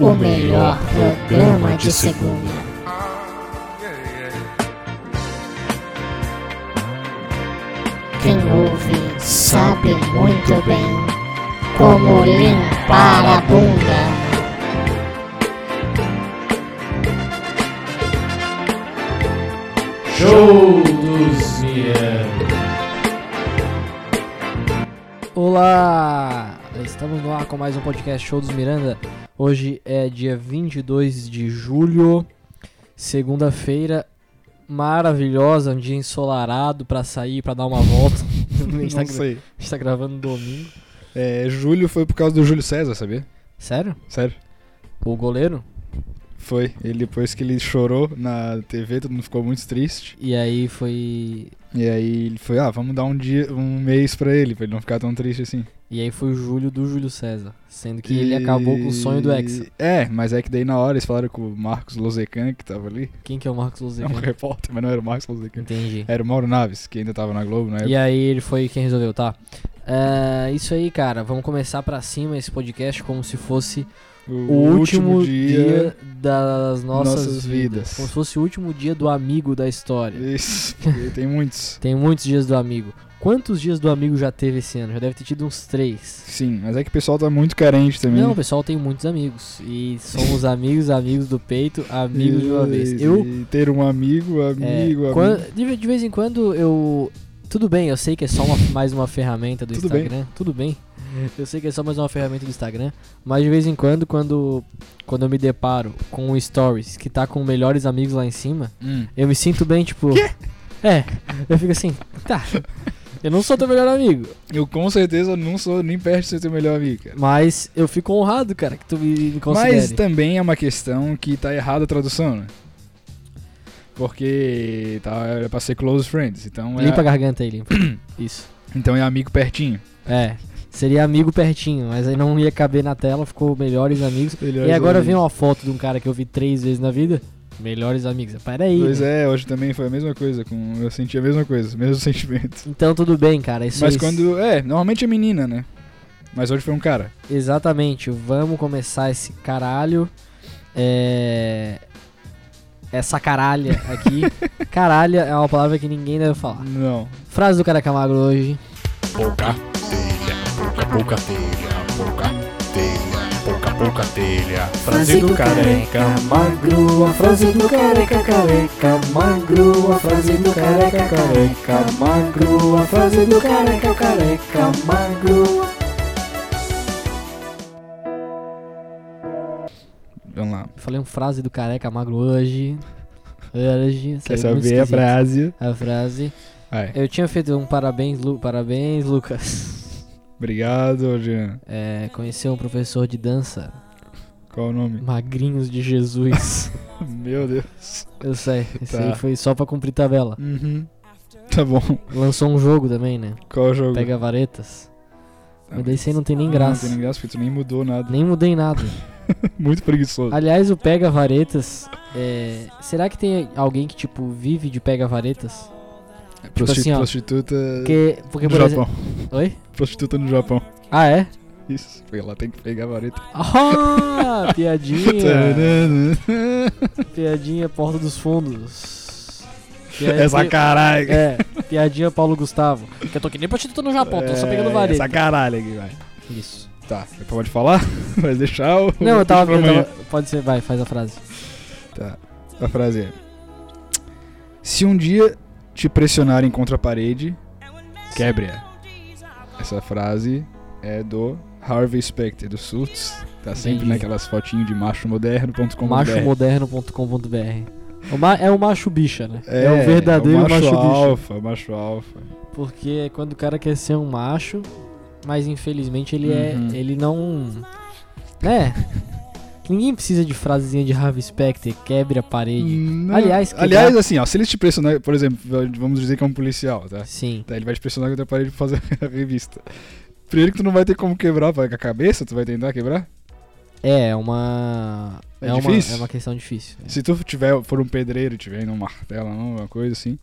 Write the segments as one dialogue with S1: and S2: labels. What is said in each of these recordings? S1: o melhor programa de segunda. Quem ouve sabe muito bem como limpar a bunda.
S2: Show dos Mianos.
S3: Olá! Estamos no ar com mais um podcast Show dos Miranda. Hoje é dia 22 de julho, segunda-feira maravilhosa, um dia ensolarado pra sair, pra dar uma volta. a, gente tá
S4: Não
S3: gra-
S4: sei.
S3: a gente tá gravando domingo.
S4: É, julho foi por causa do Júlio César, sabia?
S3: Sério?
S4: Sério?
S3: O goleiro?
S4: Foi. Ele depois que ele chorou na TV, todo mundo ficou muito triste.
S3: E aí foi.
S4: E aí ele foi, ah, vamos dar um dia, um mês pra ele, pra ele não ficar tão triste assim.
S3: E aí foi o Júlio do Júlio César. Sendo que ele acabou com o sonho do Hexa.
S4: ex. É, mas é que daí na hora eles falaram com o Marcos Lozecan, que tava ali.
S3: Quem que é o Marcos
S4: É um
S3: Luzegan?
S4: repórter, É, mas não era o Marcos Lozecan.
S3: Entendi.
S4: Era o Mauro Naves, que ainda tava na Globo, né?
S3: E é aí ele foi quem resolveu, tá? É, isso aí, cara. Vamos começar pra cima esse podcast como se fosse
S4: O,
S3: o último, dia, das nossas,
S4: nossas
S3: vidas.
S4: vidas.
S3: Como se fosse o último dia do amigo da história.
S4: Isso, porque tem muitos.
S3: Tem muitos dias do amigo. Quantos dias do amigo já teve esse ano? Já deve ter tido uns três.
S4: Sim, mas é que o pessoal tá muito carente também.
S3: Não, o pessoal tem muitos amigos. E somos amigos, amigos do peito, amigos de uma vez.
S4: E-
S3: Eu.
S4: e ter um amigo,
S3: é,
S4: amigo, amigo.
S3: quan- de, ve- de vez em quando eu. Tudo bem, eu sei que é só uma- mais uma ferramenta do
S4: Tudo bem.
S3: Instagram. Tudo bem. Eu sei que é só mais uma ferramenta do Instagram. Mas de vez em quando, quando, quando eu me deparo com um Stories que tá com melhores amigos lá em cima,
S4: Hum.
S3: Eu me sinto bem, tipo. É, eu fico assim, tá. Eu não sou teu melhor amigo,
S4: Eu com certeza não sou nem perto de ser teu melhor amigo, cara.
S3: mas eu fico honrado, cara, que tu me me considere.
S4: Mas também é uma questão que tá errada a tradução, né? Porque tá, era pra ser close friends, então é,
S3: Limpa a garganta aí, limpa. Isso.
S4: então é amigo pertinho.
S3: É, seria amigo pertinho, mas aí não ia caber na tela, ficou melhores amigos.
S4: é
S3: e agora vem uma foto de um cara que eu vi três vezes na vida. Melhores amigos. Peraí.
S4: Pois
S3: né?
S4: é, hoje também foi a mesma coisa, com, eu senti a mesma coisa, mesmo sentimento.
S3: Então tudo bem, cara. Isso
S4: Mas
S3: aí-
S4: quando. É, normalmente é menina, né? Mas hoje foi um cara.
S3: Exatamente, vamos começar esse caralho. É. Essa caralha aqui. caralha é uma palavra que ninguém deve falar.
S4: Não.
S3: Frase do cara Camargo hoje.
S2: Pouca telha, pouca, pouca telha, pouca telha, pouca, pouca telha. Frase do careca magro, a frase do careca careca magro, a frase do careca careca magro, a frase do careca careca magro.
S4: Vamos lá.
S3: Eu falei uma frase do careca Camargo hoje. Hoje.
S4: Quer
S3: saiu muito
S4: saber a
S3: esquisito.
S4: frase?
S3: A frase.
S4: Vai.
S3: Eu tinha feito um parabéns, Lu... parabéns, Lucas.
S4: Obrigado, Jean.
S3: É, conheceu um professor de dança,
S4: Qual o nome?
S3: Magrinhos de Jesus.
S4: Meu Deus.
S3: Eu sei, isso
S4: Tá.
S3: aí foi só pra cumprir tabela.
S4: Uhum. Tá bom.
S3: Lançou um jogo também, né?
S4: Qual é o jogo?
S3: Pega varetas.
S4: Ah,
S3: Mas daí você não tem nem
S4: Não
S3: graça.
S4: tem nem graça porque tu nem mudou nada.
S3: Nem Ah, mudei nada.
S4: Muito preguiçoso.
S3: Aliás, o pega varetas. é, Será que tem alguém que, tipo, vive de pega varetas?
S4: Prosti-
S3: assim, ó.
S4: É prostituta
S3: Porque, porque
S4: no
S3: por
S4: Japão.
S3: exemplo. Oi?
S4: Prostituta no Japão.
S3: Ah, é?
S4: Isso. Porque lá tem que pegar a vareta.
S3: Ah, piadinha.
S4: Tadã.
S3: piadinha Porta dos Fundos. Piadinha-
S4: Essa caralho.
S3: É, piadinha Paulo Gustavo. Que eu tô que nem prostituta no Japão, tô só pegando
S4: É,
S3: vareta.
S4: Essa caralho aqui, vai.
S3: Isso.
S4: Tá, você pode falar? Vai deixar o.
S3: Não, eu tava,
S4: pra
S3: eu
S4: amanhã.
S3: tava. Pode ser, vai, faz a frase.
S4: Tá. A frase é: Se um dia te pressionarem contra a parede, quebre-a. Essa frase é do Harvey Specter, do Suits. Tá sempre
S3: Entendi.
S4: naquelas fotinhas de machomoderno.com.br.
S3: Machomoderno.com.br. O ma- é o macho bicha, né? É, o verdadeiro
S4: é o macho,
S3: macho, bicha.
S4: alfa, macho alfa.
S3: Porque é quando o cara quer ser um macho, mas infelizmente ele é.
S4: Uhum.
S3: Ele não. Né? Ninguém precisa de frasezinha de Harvey Specter, quebre a parede.
S4: Não-
S3: Aliás, que
S4: aliás,
S3: dá-
S4: assim, ó, se eles te pressionarem, por exemplo, vamos dizer que é um policial, tá?
S3: Sim.
S4: Daí ele vai te pressionar contra a parede pra fazer a revista. Primeiro que tu não vai ter como quebrar, vai com a cabeça, tu vai tentar quebrar?
S3: É, é uma.
S4: É
S3: uma,
S4: difícil?
S3: é uma questão difícil.
S4: Se tu tiver, for um pedreiro e tiver ainda um martelo, não, uma coisa assim.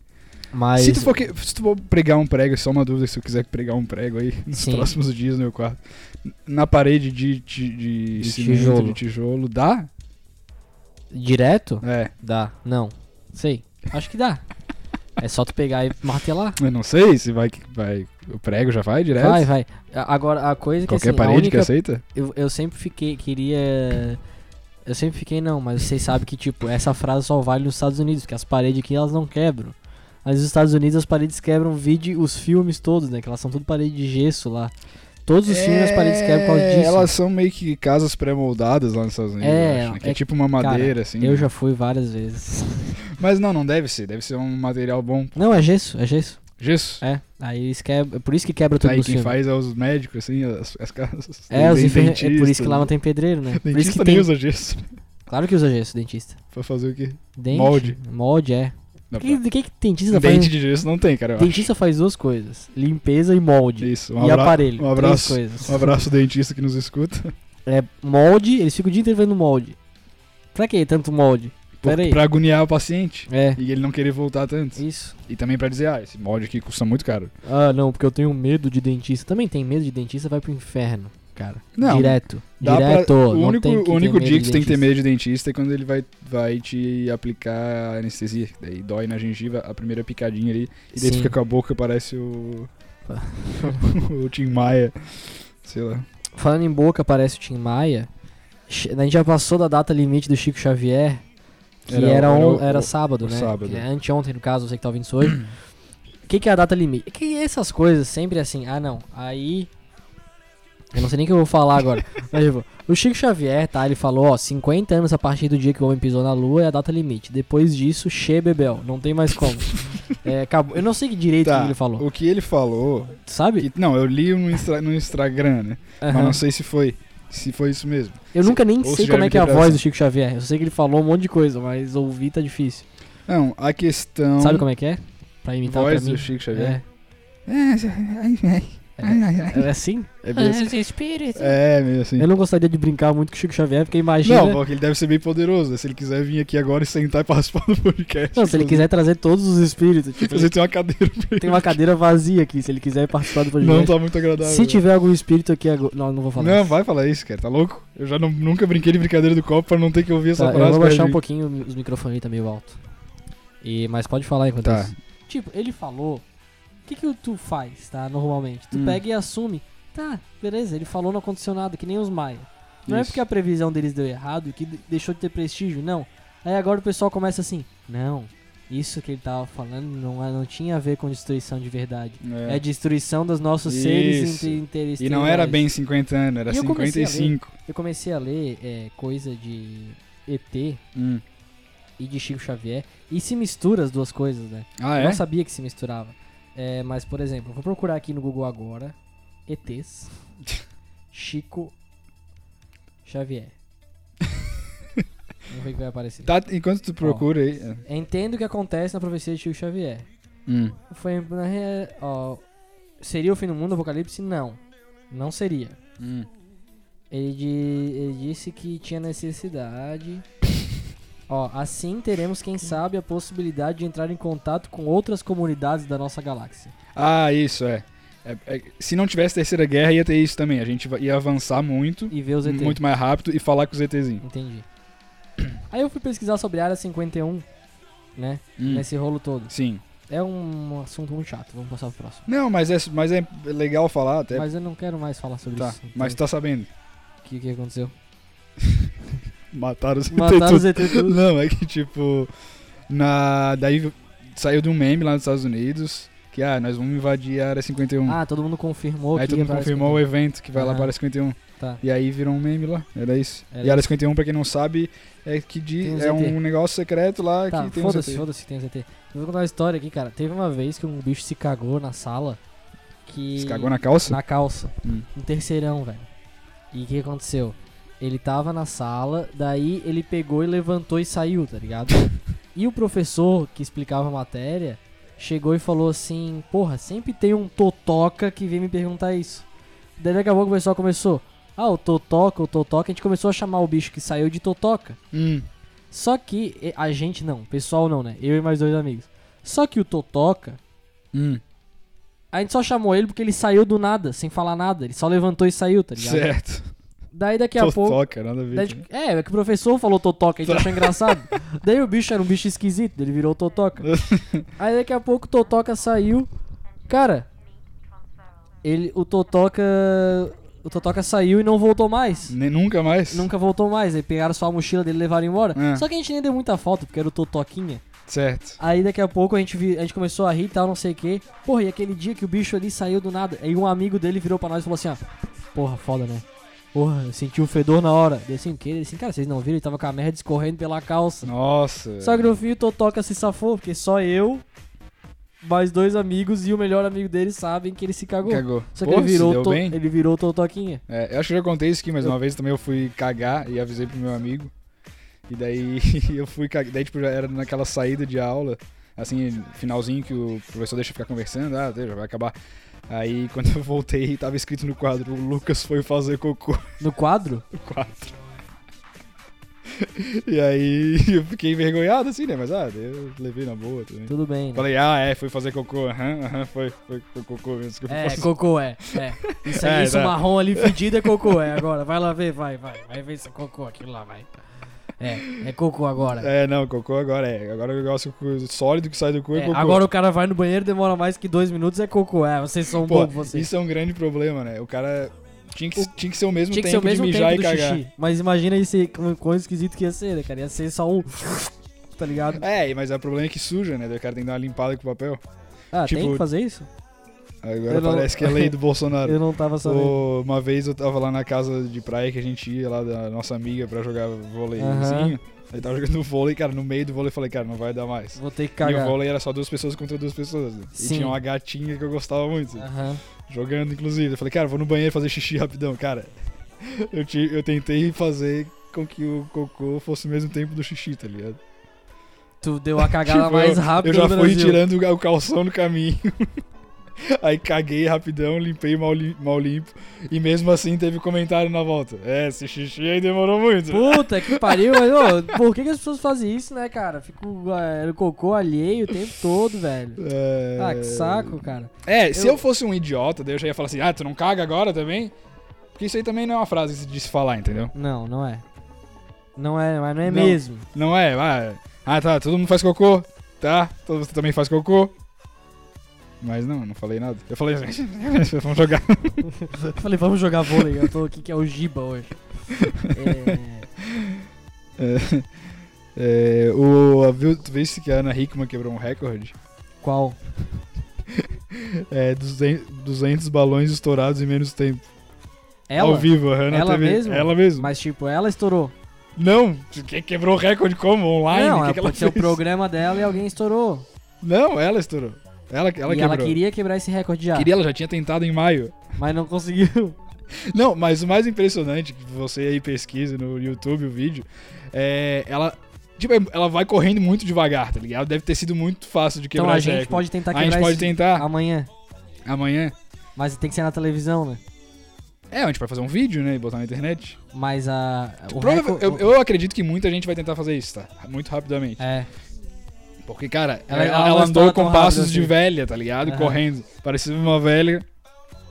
S3: Mas.
S4: Se tu, for que- se tu for pregar um prego, só uma dúvida, se tu quiser pregar um prego aí nos
S3: Sim.
S4: próximos dias no meu quarto, na parede de, de, de,
S3: De
S4: cimento,
S3: tijolo.
S4: de tijolo, dá?
S3: Direto?
S4: É,
S3: Dá. Não. Sei. Acho que dá. é só tu pegar e martelar.
S4: eu não sei se vai, que vai o prego já vai direto.
S3: Vai, vai. A- Agora, a coisa que
S4: Qualquer
S3: assim,
S4: parede
S3: a única
S4: que aceita?
S3: eu, eu sempre fiquei, queria. Eu sempre fiquei, não, mas vocês sabem que, tipo, essa frase só vale nos Estados Unidos, que as paredes aqui elas não quebram. Mas nos Estados Unidos as paredes quebram, vide os filmes todos, né? Que elas são tudo parede de gesso lá. Todos os filmes as paredes quebram por causa
S4: É,
S3: disso.
S4: Elas são meio que casas pré-moldadas lá nos Estados Unidos,
S3: É,
S4: eu acho, né? Que é,
S3: é-
S4: tipo uma
S3: cara,
S4: madeira, assim.
S3: Eu
S4: né?
S3: já fui várias vezes.
S4: Mas não, não deve ser. Deve ser um material bom.
S3: Não, é gesso, é gesso.
S4: Gesso.
S3: É. Aí eles quebram. Por isso que quebra tudo
S4: Aí
S3: nos
S4: quem
S3: filmes.
S4: faz é os médicos, assim, as, as casas.
S3: É, os
S4: Tem
S3: enferme... é por isso
S4: dentista,
S3: que lá não tem pedreiro, né? Por isso
S4: Dentista
S3: que
S4: nem
S3: tem...
S4: usa gesso. né?
S3: Claro que usa gesso, dentista.
S4: Pra fazer o quê?
S3: Dente,
S4: Molde.
S3: Molde, é.
S4: Não,
S3: O que, que, que dentista
S4: pra-
S3: faz?
S4: Dente de gesso não tem, cara. eu acho.
S3: Dentista faz duas coisas: limpeza e molde.
S4: Isso. Um
S3: e
S4: abra-
S3: aparelho.
S4: um abraço.
S3: Três coisas.
S4: Um abraço, dentista que nos escuta.
S3: É molde, eles ficam o dia inteiro fazendo molde. Pra que tanto molde?
S4: Por-
S3: Pera aí.
S4: Pra agoniar o paciente.
S3: É.
S4: E ele não querer voltar tanto.
S3: Isso.
S4: E também pra dizer, ah, esse molde aqui custa muito caro.
S3: Ah, não, porque eu tenho medo de dentista. Também tem medo de dentista, vai pro inferno, cara.
S4: Não.
S3: Direto.
S4: Dá pra-
S3: Direto.
S4: O
S3: não
S4: único,
S3: tem que
S4: o único
S3: ter
S4: dia
S3: medo
S4: que
S3: de
S4: tu tem que ter
S3: dentista.
S4: medo de dentista é quando ele vai, vai te aplicar anestesia. Daí dói na gengiva a primeira picadinha ali. E daí tu
S3: Sim.
S4: fica com a boca, parece o. o Tim Maia. Sei lá.
S3: Falando em boca, parece o Tim Maia. Che- A gente já passou da data limite do Chico Xavier, que
S4: Era
S3: era,
S4: o- era
S3: on-
S4: o-
S3: era
S4: o-
S3: sábado,
S4: o
S3: né?
S4: sábado.
S3: Que é anteontem, no caso, você que tá ouvindo isso hoje. O que, que é a data limite? Que essas coisas sempre assim, ah não, aí. Eu não sei nem o que eu vou falar agora. mas tipo, o Chico Xavier, tá? Ele falou, ó, 50 anos a partir do dia que o homem pisou na lua é a data limite. Depois disso, che bebel, não tem mais como. É, acabou. Eu não sei que direito
S4: Tá,
S3: que ele falou,
S4: O que ele falou.
S3: sabe?
S4: que- não, eu li no, Instra- no Instagram, né? Mas
S3: Aham.
S4: não sei se foi. Se foi isso mesmo.
S3: Eu
S4: Se-
S3: nunca nem
S4: ou
S3: sei
S4: se já
S3: como é que é a
S4: era
S3: voz do Chico Xavier. Eu sei que ele falou um monte de coisa, mas ouvir tá difícil.
S4: Não, a questão.
S3: Sabe como é que é? Pra imitar
S4: voz
S3: pra
S4: do
S3: mim.
S4: Chico Xavier.
S3: é.
S4: É, ai, ai, ai.
S3: é assim?
S4: É, meio assim.
S1: espíritos.
S4: É, meio assim.
S3: Eu não gostaria de brincar muito com o Chico Xavier, porque imagina.
S4: Não,
S3: Não,
S4: porque ele deve ser bem poderoso. né? Se ele quiser vir aqui agora e sentar e participar do podcast.
S3: se ele quiser trazer todos os espíritos, tipo,
S4: Você tem uma cadeira pra ele.
S3: tem uma cadeira vazia aqui, se ele quiser participar do
S4: Não
S3: podcast.
S4: tá muito agradável.
S3: se tiver algum espírito aqui agora. Não, não vou falar.
S4: Não,
S3: isso.
S4: vai falar isso, cara. Tá louco? Eu já não- nunca brinquei de brincadeira do copo pra não ter que ouvir essa
S3: Tá,
S4: frase.
S3: eu vou
S4: pra
S3: baixar um
S4: gente.
S3: pouquinho os microfones tá meio alto. E, mas pode falar enquanto
S4: Tá.
S3: isso. Tipo, ele falou. O que, que tu faz, tá? Normalmente. Tu
S4: Hum.
S3: pega e assume. Tá, beleza, ele falou não aconteceu nada, que nem os Maia. Não é
S4: Isso.
S3: porque a previsão deles deu errado que de- deixou de ter prestígio, não. Aí agora o pessoal começa assim, não, isso que ele tava falando não, é- não tinha a ver com destruição de verdade. É,
S4: É.
S3: destruição dos nossos seres
S4: Isso.
S3: inte- interestelares.
S4: E não era bem 50 anos, era
S3: E eu comecei a ler.
S4: 55.
S3: Eu comecei a ler é, coisa de ET,
S4: Hum.
S3: e de Chico Xavier. E se mistura as duas coisas, né?
S4: Ah,
S3: Eu
S4: é?
S3: não sabia que se misturava. É, mas, por exemplo, eu vou procurar aqui no Google agora. ETs. Chico Xavier. Vamos ver o que vai aparecer.
S4: Tá, enquanto tu procura aí. é.
S3: Entendo o que acontece na profecia de Chico Xavier.
S4: Hum.
S3: Foi na re- ó, Seria o fim do mundo, Apocalipse? Não. Não seria.
S4: Hum.
S3: Ele, di- ele disse que tinha necessidade. Ó, assim teremos, quem sabe, a possibilidade de entrar em contato com outras comunidades da nossa galáxia.
S4: Ah, isso, é. É, é, Se não tivesse terceira guerra, ia ter isso também. A gente va- ia avançar muito,
S3: E ver os ETs.
S4: muito mais rápido e falar com os ETzinhos.
S3: Entendi. Aí eu fui pesquisar sobre a Área 51, né?
S4: Hum.
S3: Nesse rolo todo.
S4: Sim.
S3: É um assunto muito chato, vamos passar pro próximo.
S4: Não, mas é, mas é legal falar até.
S3: Mas eu não quero mais falar sobre
S4: É. tá,
S3: isso.
S4: mas
S3: então,
S4: tá sabendo.
S3: O que, que aconteceu?
S4: Mataram os
S3: Mataram os
S4: ETs.
S3: ETs tudo.
S4: Não, é que tipo. Na... Daí saiu de um meme lá nos Estados Unidos que, ah, nós vamos invadir a área 51.
S3: Ah, todo mundo confirmou
S4: aí
S3: que
S4: É, todo
S3: ia
S4: mundo
S3: pra Área
S4: confirmou o
S3: 51.
S4: evento que vai lá
S3: Aham.
S4: para a área 51.
S3: Tá.
S4: E aí virou um meme lá. Era isso.
S3: Era
S4: e a área
S3: isso.
S4: 51, pra quem não sabe, é que de-
S3: Tem uns
S4: é
S3: ET.
S4: um negócio secreto lá
S3: Tá,
S4: que tem um uns
S3: foda-se,
S4: ET.
S3: foda-se que tem ZT. Eu vou contar uma história aqui, cara. Teve uma vez que um bicho se cagou na sala. Que...
S4: Se cagou na calça?
S3: Na calça.
S4: Hum.
S3: No terceirão, velho. E o que aconteceu? Ele tava na sala, daí ele pegou e levantou e saiu, tá ligado? e o professor que explicava a matéria chegou e falou assim: Porra, sempre tem um totoca que vem me perguntar isso. Daí daqui a pouco o pessoal começou: Ah, o totoca, o totoca. A gente começou a chamar o bicho que saiu de totoca.
S4: Hum.
S3: Só que eh, a gente não, o pessoal não, né? Eu e mais dois amigos. Só que o Totoca,
S4: Hum,
S3: Tá a gente só chamou ele porque ele saiu do nada, sem falar nada. Ele só levantou e saiu, tá ligado?
S4: certo.
S3: Daí daqui a pouco.
S4: é Totoca, nada a ver.
S3: Daí a
S4: também.
S3: gente- é, é que o professor falou Totoca, a gente achou engraçado. Daí o bicho era um bicho esquisito, ele virou Totoca.
S4: né?
S3: Aí daqui a pouco o Totoca saiu. Cara, ele, o Totoca. O Totoca saiu e não voltou mais.
S4: Nem, nunca mais?
S3: Nunca voltou mais. Aí pegaram só a mochila dele e levaram embora.
S4: É.
S3: Só que a gente nem deu muita falta, porque era o Totoquinha.
S4: Certo.
S3: Aí daqui a pouco a gente, vi- a gente começou a rir e tal, não sei o quê. Porra, e aquele dia que o bicho ali saiu do nada. Aí um amigo dele virou pra nós e falou assim, ó. Porra, foda, né? Porra, eu senti o fedor na hora. Deu assim, o quê? Ele assim, cara, vocês não viram? Ele tava com a merda escorrendo pela calça.
S4: Nossa.
S3: Ah, Só que no fim o Totoca se safou, porque só eu, mais dois amigos e o melhor amigo dele sabem que ele se cagou.
S4: Cagou.
S3: Só que
S4: Pô,
S3: ele virou,
S4: se deu
S3: to-
S4: bem?
S3: ele virou o Totoquinha.
S4: É, eu acho que eu já contei isso aqui, mas
S3: Eu-
S4: uma vez também eu fui cagar e avisei pro meu amigo. E daí eu fui cagar. Daí, tipo, já era naquela saída de aula, assim, finalzinho que o professor deixa ficar conversando, ah, já vai acabar. Aí quando eu voltei, tava escrito no quadro, o Lucas foi fazer cocô
S3: No quadro?
S4: no quadro. E aí eu fiquei envergonhado assim, né? Mas ah, daí eu levei na boa também.
S3: Tudo bem, né?
S4: Falei, ah, é, fui fazer cocô, aham, aham, foi, foi, foi cocô mesmo. desculpa,
S3: É,
S4: posso-
S3: cocô é. é. Isso, aí,
S4: É,
S3: isso
S4: tá.
S3: marrom ali fedido é cocô, é agora. Vai lá ver, vai, vai. Vai ver se é cocô aquilo lá, vai. É, é cocô agora.
S4: É, não, cocô agora é. Agora o negócio cu- sólido que sai do cu é,
S3: É,
S4: cocô.
S3: agora o cara vai no banheiro, demora mais que dois minutos, é cocô. É, vocês são
S4: Pô,
S3: bobos, vocês.
S4: isso é um grande problema, né? O cara tinha que,
S3: O-
S4: tinha que ser o mesmo
S3: Tinha que
S4: tempo
S3: ser o mesmo
S4: de
S3: tempo
S4: mijar
S3: do
S4: e cagar.
S3: xixi. Mas imagina isso aí, como coisa esquisito que ia ser, né, cara? Ia ser só um... Tá ligado?
S4: É, mas o problema é que suja, né? Daí O cara tem que dar uma limpada com o papel.
S3: Ah, tem
S4: Tipo-
S3: que fazer isso?
S4: Agora
S3: Eu não-
S4: parece que é lei do Bolsonaro.
S3: Eu não tava sabendo.
S4: Ô, Uma vez eu tava lá na casa de praia que a gente ia lá da nossa amiga pra jogar vôleizinho. Aí tava jogando vôlei, cara, no meio do vôlei eu falei, cara, não vai dar mais.
S3: Vou ter que
S4: E o
S3: cagar.
S4: vôlei era só duas pessoas contra duas pessoas. né? E
S3: Sim.
S4: tinha uma gatinha que eu gostava muito.
S3: Aham.
S4: Jogando, inclusive. Eu falei, cara, vou no banheiro fazer xixi rapidão. Cara, eu, te- eu tentei fazer com que o cocô fosse o mesmo tempo do xixi, tá ligado?
S3: Tu deu a cagada
S4: Tipo,
S3: mais
S4: eu-
S3: rápida
S4: Eu já
S3: do
S4: fui
S3: Brasil.
S4: tirando o calção no caminho. Aí caguei rapidão, limpei mal, lim- mal limpo. E mesmo assim teve comentário na volta. É, esse xixi aí demorou muito.
S3: Puta que pariu, mas ô, por que, que as pessoas fazem isso, né, cara? Fico é, no cocô alheio o tempo todo, velho.
S4: É...
S3: Ah, que saco, cara.
S4: É, se
S3: Eu-
S4: eu fosse um idiota, daí eu já ia falar assim, ah, tu não caga agora também? Porque isso aí também não é uma frase de se falar, entendeu?
S3: Não, não é. Não é, mas não é
S4: Não.
S3: mesmo.
S4: Não é, ah, ah tá, todo mundo faz cocô, tá? Todo, você também faz cocô. Mas não, não falei nada. Eu falei assim, vamos jogar.
S3: Eu falei, vamos jogar vôlei, eu tô aqui que é o Giba hoje. É,
S4: É, o, a- viu, tu viste que a Ana Hickman quebrou um recorde?
S3: qual?
S4: É, 200, 200 balões estourados em menos tempo.
S3: Ela?
S4: Ao vivo, a Ana
S3: Ela
S4: teve-
S3: mesmo?
S4: Ela mesmo.
S3: Mas tipo, ela estourou.
S4: Não, que- quebrou o recorde como? Online?
S3: não, é ela
S4: O que que ela
S3: pode ser o
S4: fez?
S3: programa dela e alguém estourou.
S4: Não, ela estourou. Ela, ela
S3: e
S4: quebrou.
S3: ela queria quebrar esse recorde já,
S4: Queria, ela já tinha tentado em maio.
S3: mas não conseguiu. Então,
S4: Não, mas o mais impressionante que você aí pesquisa no YouTube o vídeo é ela tipo ela vai correndo muito devagar, tá ligado? Deve ter sido muito fácil de
S3: Então
S4: quebrar
S3: a
S4: esse
S3: gente
S4: recorde.
S3: pode tentar
S4: a
S3: quebrar
S4: gente pode
S3: esse
S4: tentar
S3: amanhã.
S4: amanhã.
S3: Mas tem que ser na televisão, né?
S4: É, a gente vai fazer um vídeo, né, e botar na internet. Tipo,
S3: Mas a. O
S4: Prova-
S3: recorde-
S4: eu, eu acredito que muita gente vai tentar fazer isso, tá? Muito rapidamente.
S3: É.
S4: Porque, cara,
S3: Ela-
S4: ela,
S3: ela não
S4: ela andou
S3: estoura
S4: com
S3: tão rápido
S4: passos de
S3: assim.
S4: velha, tá ligado?
S3: Aham.
S4: Correndo. Parecia uma velha.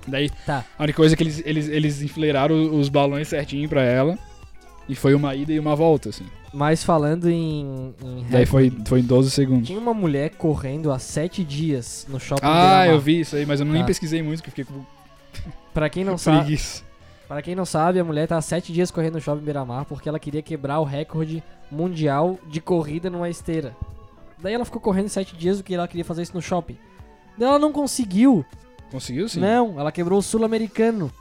S4: Daí,
S3: Tá.
S4: a única coisa é que eles, eles, eles enfileiraram os balões certinho pra ela. E foi uma ida e uma volta, assim.
S3: Mas falando em. em recorde,
S4: Daí foi, foi em 12 segundos.
S3: Tinha uma mulher correndo há sete dias no shopping.
S4: Ah,
S3: Beira-Mar.
S4: eu vi isso aí, mas eu nem
S3: Tá.
S4: pesquisei muito, porque eu fiquei com
S3: Pra quem, não sabe,
S4: preguiça.
S3: pra quem não sabe, a mulher tá há sete dias correndo no shopping Beira-Mar porque ela queria quebrar o recorde mundial de corrida numa esteira. Daí ela ficou correndo sete dias porque ela queria fazer isso no shopping. Daí ela não conseguiu.
S4: Conseguiu sim?
S3: Não, ela quebrou o sul-americano.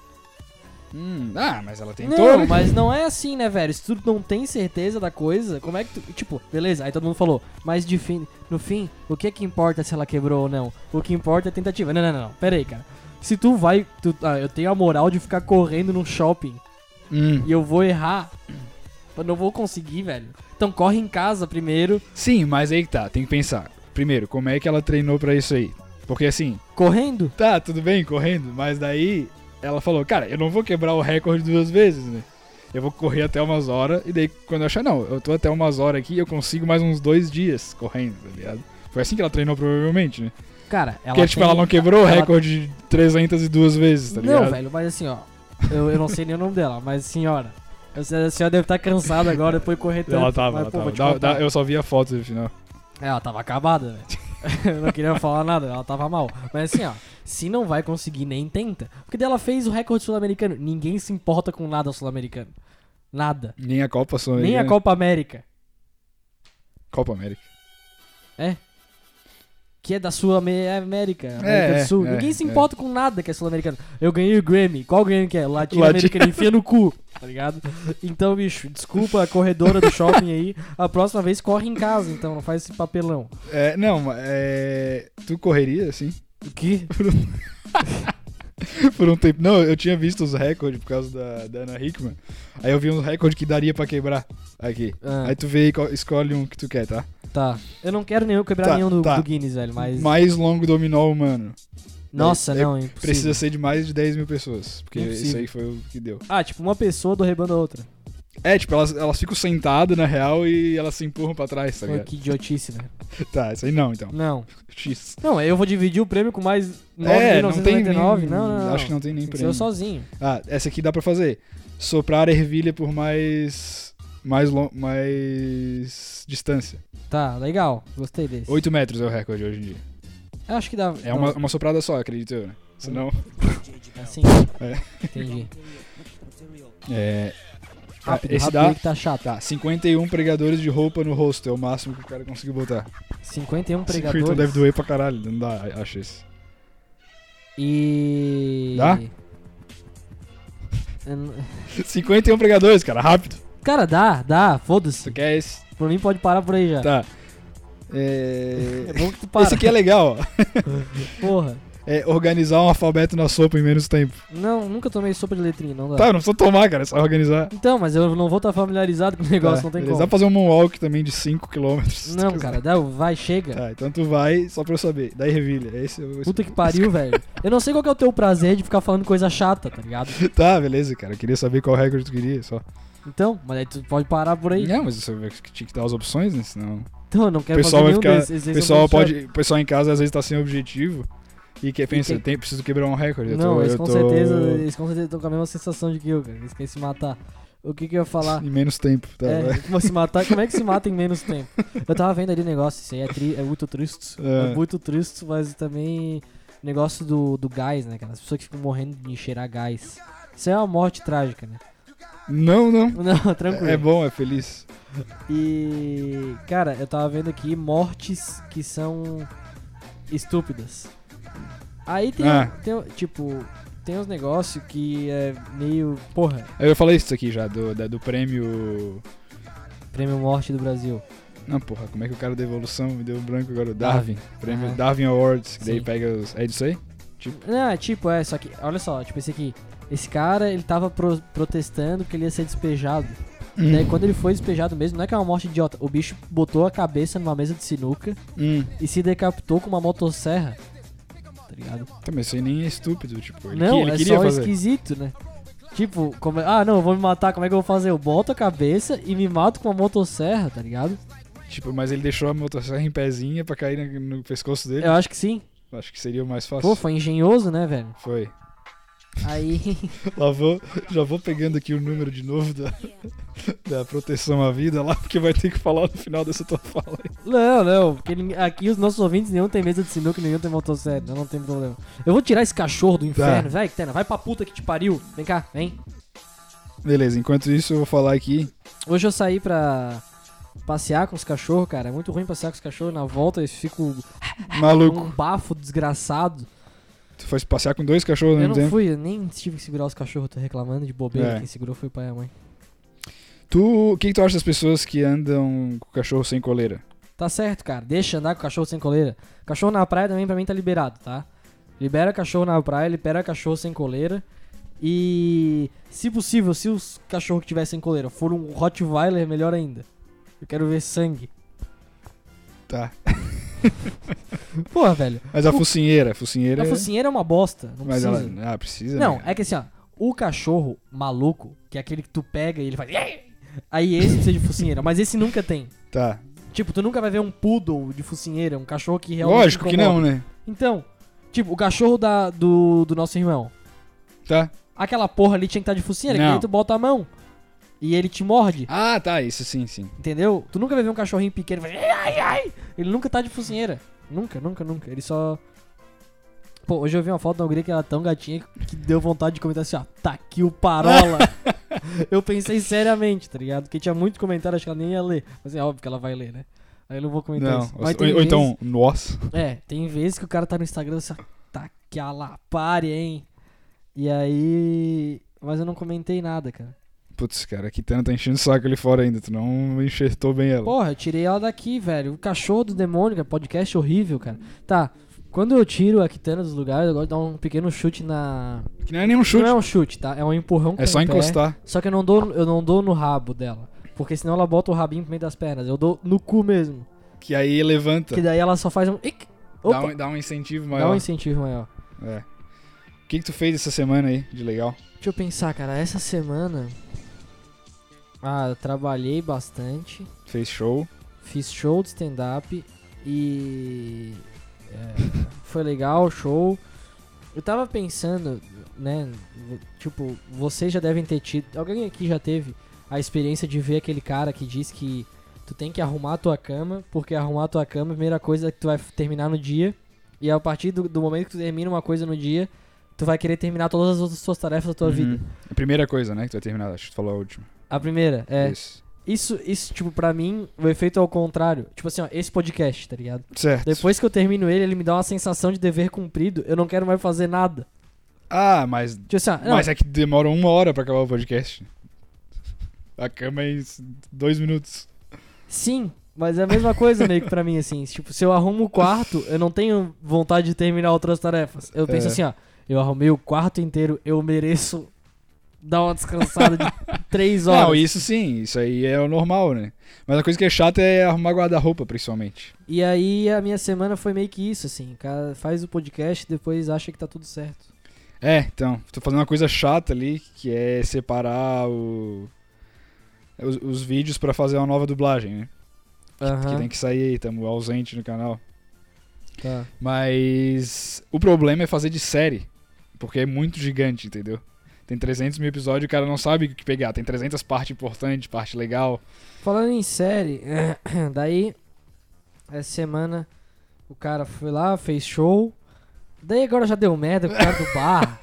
S4: Hum, ah, mas ela tentou.
S3: Não,
S4: né?
S3: mas não é assim, né, velho? Se tu não tem certeza da coisa, como é que tu. Tipo, beleza, aí todo mundo falou, mas de fim, no fim, o que é que importa se ela quebrou ou não? O que importa é a tentativa. Não, não, não, não. Pera aí, cara. Se tu vai. tu- ah, eu tenho a moral de ficar correndo num shopping
S4: Hum.
S3: e eu vou errar. Eu não vou conseguir, velho. Então corre em casa primeiro.
S4: Sim, mas aí que tá, tem que pensar. Primeiro, como é que ela treinou pra isso aí? Porque assim,
S3: Correndo?
S4: tá, tudo bem, correndo, mas daí ela falou, cara, eu não vou quebrar o recorde duas vezes, né? Eu vou correr até umas horas, e daí quando eu achar, não, eu tô até umas horas aqui, eu consigo mais uns dois dias correndo, tá ligado? Foi assim que ela treinou, provavelmente, né?
S3: Cara, ela.
S4: Porque, tipo,
S3: tem-
S4: ela não quebrou o
S3: ela-
S4: recorde de 302 vezes, tá ligado?
S3: Não, velho, mas assim, ó. Eu, eu não sei nem o nome dela, mas senhora. A senhora a senhora deve estar cansada agora depois de correr tanto.
S4: Ela tava,
S3: mas,
S4: ela
S3: pô,
S4: tava.
S3: vou te
S4: Dá-
S3: contar.
S4: dá- eu só vi a foto no final.
S3: É, Ela tava acabada, velho. Eu não queria falar nada, ela tava mal. Mas assim, ó, se não vai conseguir, nem tenta. Porque daí ela fez o recorde sul-americano. Ninguém se importa com nada sul-americano. Nada.
S4: Nem a Copa só
S3: Nem a Copa América,
S4: Copa América.
S3: que é da Sul-América, América
S4: É,
S3: do Sul.
S4: é,
S3: Ninguém se
S4: é.
S3: importa com nada que é sul-americano. Eu ganhei o Grammy. Qual Grammy que é? Latino-americano. Enfia no cu, tá ligado? Então, bicho, desculpa a corredora do shopping aí. A próxima vez corre em casa, então. Não faz esse papelão.
S4: É, não, mas, é. Tu correria, assim?
S3: O quê?
S4: Por um tempo. Não, eu tinha visto os recordes por causa da, da Ana Hickman. Aí eu vi um recorde que daria pra quebrar aqui.
S3: Ah,
S4: Aí tu vê e co- escolhe um que tu quer, tá?
S3: tá. Eu não quero nenhum quebrar
S4: Tá,
S3: nenhum do,
S4: tá.
S3: do Guinness, velho, mas...
S4: Mais longo dominó humano.
S3: Nossa,
S4: Daí
S3: não, é impossível.
S4: Precisa ser de mais de 10 mil pessoas. Porque
S3: Impossível.
S4: isso aí foi o que deu.
S3: Ah, tipo, uma pessoa derrubando a outra.
S4: É, tipo, elas, elas ficam sentadas na real e elas se empurram pra trás, tá
S3: Pô,
S4: ligado?
S3: que idiotice, velho.
S4: Tá, isso aí não, então.
S3: Não.
S4: X.
S3: Não, eu vou dividir o prêmio com mais
S4: É, não tem
S3: 9.999.
S4: nem-
S3: não, não, não.
S4: Acho que não tem nem
S3: Tem que ser eu
S4: prêmio.
S3: sozinho.
S4: Ah, essa aqui dá pra fazer. Soprar a ervilha por mais. Mais, lon- mais distância.
S3: Tá, legal. Gostei desse.
S4: 8 metros é o recorde hoje em dia.
S3: Eu acho que dá. um
S4: É
S3: não,
S4: uma, uma soprada só, acredito eu, né? Senão.
S3: Assim.
S4: É.
S3: Entendi.
S4: É. Ah,
S3: Rápido,
S4: esse
S3: rápido
S4: dá.
S3: aí que tá chato.
S4: Tá, 51 pregadores de roupa no rosto é o máximo que o cara conseguiu botar.
S3: 51
S4: 51
S3: pregadores.
S4: então deve doer pra caralho, não dá, acho isso.
S3: E.
S4: Dá?
S3: Eu não-
S4: 51 pregadores, cara, rápido.
S3: Cara, dá, dá,
S4: Tu
S3: foda-se.
S4: quer esse?
S3: Por mim pode parar por aí já.
S4: Tá. É.
S3: É bom que tu para.
S4: Esse aqui é legal, ó.
S3: Porra.
S4: É organizar um alfabeto na sopa em menos tempo.
S3: Não, nunca tomei sopa de letrinha, não dá.
S4: Tá, não precisa tomar, cara, é só organizar.
S3: Então, mas eu não vou estar familiarizado com o negócio,
S4: Tá,
S3: não tem
S4: beleza.
S3: como.
S4: Dá pra fazer um moonwalk também de 5km.
S3: Não, cara, dá, vai, chega.
S4: Tá, então tu vai, só pra eu saber. Daí revilha. É Esse, eu-
S3: Puta que pariu, velho. Eu não sei qual que é o teu prazer de ficar falando coisa chata, tá ligado?
S4: Tá, beleza, cara. Eu queria saber qual recorde tu queria, só.
S3: Então, mas aí tu pode parar por aí.
S4: Não, mas isso eu que tinha que dar as opções, né? Senão.
S3: Então, eu não
S4: O
S3: quero
S4: pessoal vai
S3: fazer nenhum
S4: ficar.
S3: desses.
S4: o
S3: esses
S4: pessoal
S3: são todos
S4: pode. O pessoal em casa às vezes tá sem objetivo. E que pensa,
S3: quem-
S4: tem, preciso quebrar um recorde.
S3: chatos.
S4: Eu
S3: Não,
S4: tô-
S3: eles
S4: eu
S3: com
S4: tô
S3: certeza, eles com certeza estão com a mesma sensação de que eu, cara. Eles querem se matar. O que que eu ia falar?
S4: Em menos tempo, tá?
S3: é,
S4: vai.
S3: vou se matar, como é que se mata em menos tempo? Eu tava vendo ali o negócio, isso aí é, tri- é muito triste. É.
S4: É.
S3: muito triste, mas também negócio do, do gás, né, cara? As pessoas que ficam morrendo de cheirar gás. Isso é uma morte trágica, né?
S4: Não, não.
S3: Não, tranquilo.
S4: É, é bom, é feliz.
S3: E, cara, eu tava vendo aqui mortes que são estúpidas. Aí tem,
S4: Ah.
S3: tem, tipo, tem uns negócios que é meio. Porra,
S4: Eu falei isso aqui já, do, da- do prêmio.
S3: prêmio morte do Brasil.
S4: Não, porra, como é que o cara da evolução me deu um branco agora? O Darwin. Prêmio
S3: Aham.
S4: Darwin Awards. Que daí
S3: Sim.
S4: pega os. É disso aí?
S3: Não, é tipo, é, só que, olha só, tipo, esse aqui. Esse cara, ele tava pro- protestando que ele ia ser despejado.
S4: Hum.
S3: Daí, quando ele foi despejado mesmo, não é que é uma morte idiota. O bicho botou a cabeça numa mesa de sinuca
S4: Hum.
S3: e se decapitou com uma motosserra. Tá ligado?
S4: Tá, mas isso aí nem é estúpido, tipo. Ele, que-
S3: Não,
S4: ele
S3: é
S4: queria
S3: só
S4: fazer.
S3: esquisito, né? Tipo, como... ah, não, eu vou me matar, como é que eu vou fazer? Eu boto a cabeça e me mato com uma motosserra, tá ligado?
S4: Tipo, mas ele deixou a motosserra em pezinha pra cair na- no, pescoço dele.
S3: Eu acho que sim.
S4: Acho que seria o mais fácil.
S3: É. Pô, foi engenhoso, né, velho?
S4: Foi.
S3: Aí,
S4: Lá vou, já vou pegando aqui o número de novo da, da proteção à vida lá, porque vai ter que falar no final dessa tua fala. aí.
S3: não, não, porque ninguém- aqui os nossos ouvintes nenhum tem mesa de sinuca, nenhum tem motosserra, então não tem problema. Eu vou tirar esse cachorro
S4: Tá.
S3: do inferno, vai, Tena, vai pra puta que te pariu. Vem cá, vem.
S4: Beleza, enquanto isso eu vou falar aqui.
S3: Hoje eu saí pra passear com os cachorros, cara, é muito ruim passear com os cachorros, na volta eles ficam com
S4: Maluco,
S3: um bafo desgraçado.
S4: tu foi passear com dois cachorros ao
S3: Eu
S4: mesmo
S3: não
S4: tempo?
S3: fui, eu nem tive que segurar os cachorros, tô reclamando de bobeira.
S4: É.
S3: Quem segurou foi o pai e a mãe.
S4: Tu, o que, que tu acha das pessoas que andam com o cachorro sem coleira?
S3: Tá certo, cara. Deixa andar com o cachorro sem coleira. Cachorro na praia também pra mim tá liberado, tá? Libera cachorro na praia, libera cachorro sem coleira. E se possível, se os cachorros que tiver sem coleira for um Rottweiler, melhor ainda. Eu quero ver sangue.
S4: Tá.
S3: Porra, velho.
S4: Mas a
S3: O-
S4: focinheira, a focinheira.
S3: Uh. A focinheira é uma bosta. Não
S4: mas
S3: precisa.
S4: ela. Ah, precisa?
S3: Não,
S4: né?
S3: é que assim, ó, o cachorro maluco, que é aquele que tu pega e ele faz. Aí esse precisa de focinheira, mas esse nunca tem.
S4: Tá.
S3: Tipo, tu nunca vai ver um poodle de focinheira, um cachorro que realmente.
S4: Lógico que
S3: incomoda.
S4: não, né?
S3: Então, tipo, o cachorro da, do, do nosso irmão.
S4: Tá.
S3: Aquela porra ali tinha que estar de focinheira, que
S4: Não.
S3: aí tu bota a mão. E ele te morde,
S4: Ah, tá, isso sim, sim.
S3: entendeu? Tu nunca vai ver um cachorrinho pequeno e faz, "Ai, ai, ai". Ele nunca tá de focinheira. Nunca, nunca, nunca. Ele só. Pô, hoje eu vi uma foto da Hungria que ela é tão gatinha que deu vontade de comentar assim, ó, tá aqui o parola. eu pensei seriamente, tá ligado? Porque tinha muito comentário, acho que ela nem ia ler. Mas é óbvio que ela vai ler, né? Aí eu não vou comentar
S4: não,
S3: isso.
S4: ou,
S3: Mas tem
S4: ou
S3: vezes-
S4: então, nós.
S3: é, tem vezes que o cara tá no Instagram assim, ó, tá que a lapare, hein? E aí. Mas eu não comentei nada, cara.
S4: Putz, cara, a Kitana tá enchendo o saco ali fora ainda, tu não enxertou bem ela.
S3: Porra, eu tirei ela daqui, velho. O cachorro do demônio, cara. Podcast horrível, cara. Tá. Quando eu tiro a Kitana dos lugares, eu gosto de dar um pequeno chute na.
S4: Que não é nenhum chute,
S3: Não é um chute, tá? É um empurrão com
S4: é só
S3: o pé,
S4: encostar.
S3: Só que eu não, dou, eu não dou no rabo dela. Porque senão ela bota o rabinho pro meio das pernas. Eu dou no cu mesmo.
S4: Que aí levanta,
S3: Que daí ela só faz um. ic,
S4: Tá. dá,
S3: Opa,
S4: um, dá um
S3: dá
S4: incentivo
S3: um
S4: maior.
S3: incentivo maior.
S4: É. O que, que tu fez essa semana aí de legal?
S3: Deixa eu pensar, cara, essa semana. Ah, eu trabalhei bastante,
S4: Fez show?
S3: fiz show de stand-up e. é, foi legal o show. Eu tava pensando, né? v- Tipo, vocês já devem ter tido. Alguém aqui já teve a experiência de ver aquele cara que diz que tu tem que arrumar a tua cama, porque arrumar a tua cama é a primeira coisa que tu vai terminar no dia. E a partir do, do momento que tu termina uma coisa no dia, tu vai querer terminar todas as outras tuas tarefas da tua vida.
S4: Uhum. A primeira coisa, né, que tu vai terminar, acho que tu falou a última.
S3: A primeira, é.
S4: Isso.
S3: Isso, isso tipo, pra mim, o efeito é o contrário. Tipo assim, ó, esse podcast, tá ligado?
S4: Certo.
S3: Depois que eu termino ele, ele me dá uma sensação de dever cumprido, eu não quero mais fazer nada.
S4: Ah, mas
S3: Tipo assim, ó, não,
S4: Mas é que demora uma hora pra acabar o podcast. A cama é isso, dois minutos.
S3: sim, mas é a mesma coisa meio que pra mim, assim. Tipo, se eu arrumo o quarto, eu não tenho vontade de terminar outras tarefas. Eu penso
S4: É.
S3: assim, ó, eu arrumei o quarto inteiro, eu mereço dar uma descansada de três horas.
S4: Não, isso sim, isso aí é o normal, né? Mas a coisa que é chata é arrumar guarda-roupa, principalmente.
S3: E aí a minha semana foi meio que isso, assim. Cara, faz o podcast e depois acha que tá tudo certo.
S4: É, então, tô fazendo uma coisa chata ali, que é separar o- os, os vídeos pra fazer uma nova dublagem, né? Que
S3: Aham,
S4: tem que sair aí, tamo ausente no canal.
S3: tá.
S4: Mas o problema é fazer de série, porque é muito gigante, entendeu? Tem 300 mil episódios e o cara não sabe o que pegar. Tem 300 partes importantes, parte legal.
S3: Falando em série, daí essa semana o cara foi lá, fez show. Daí agora já deu merda com o cara do bar.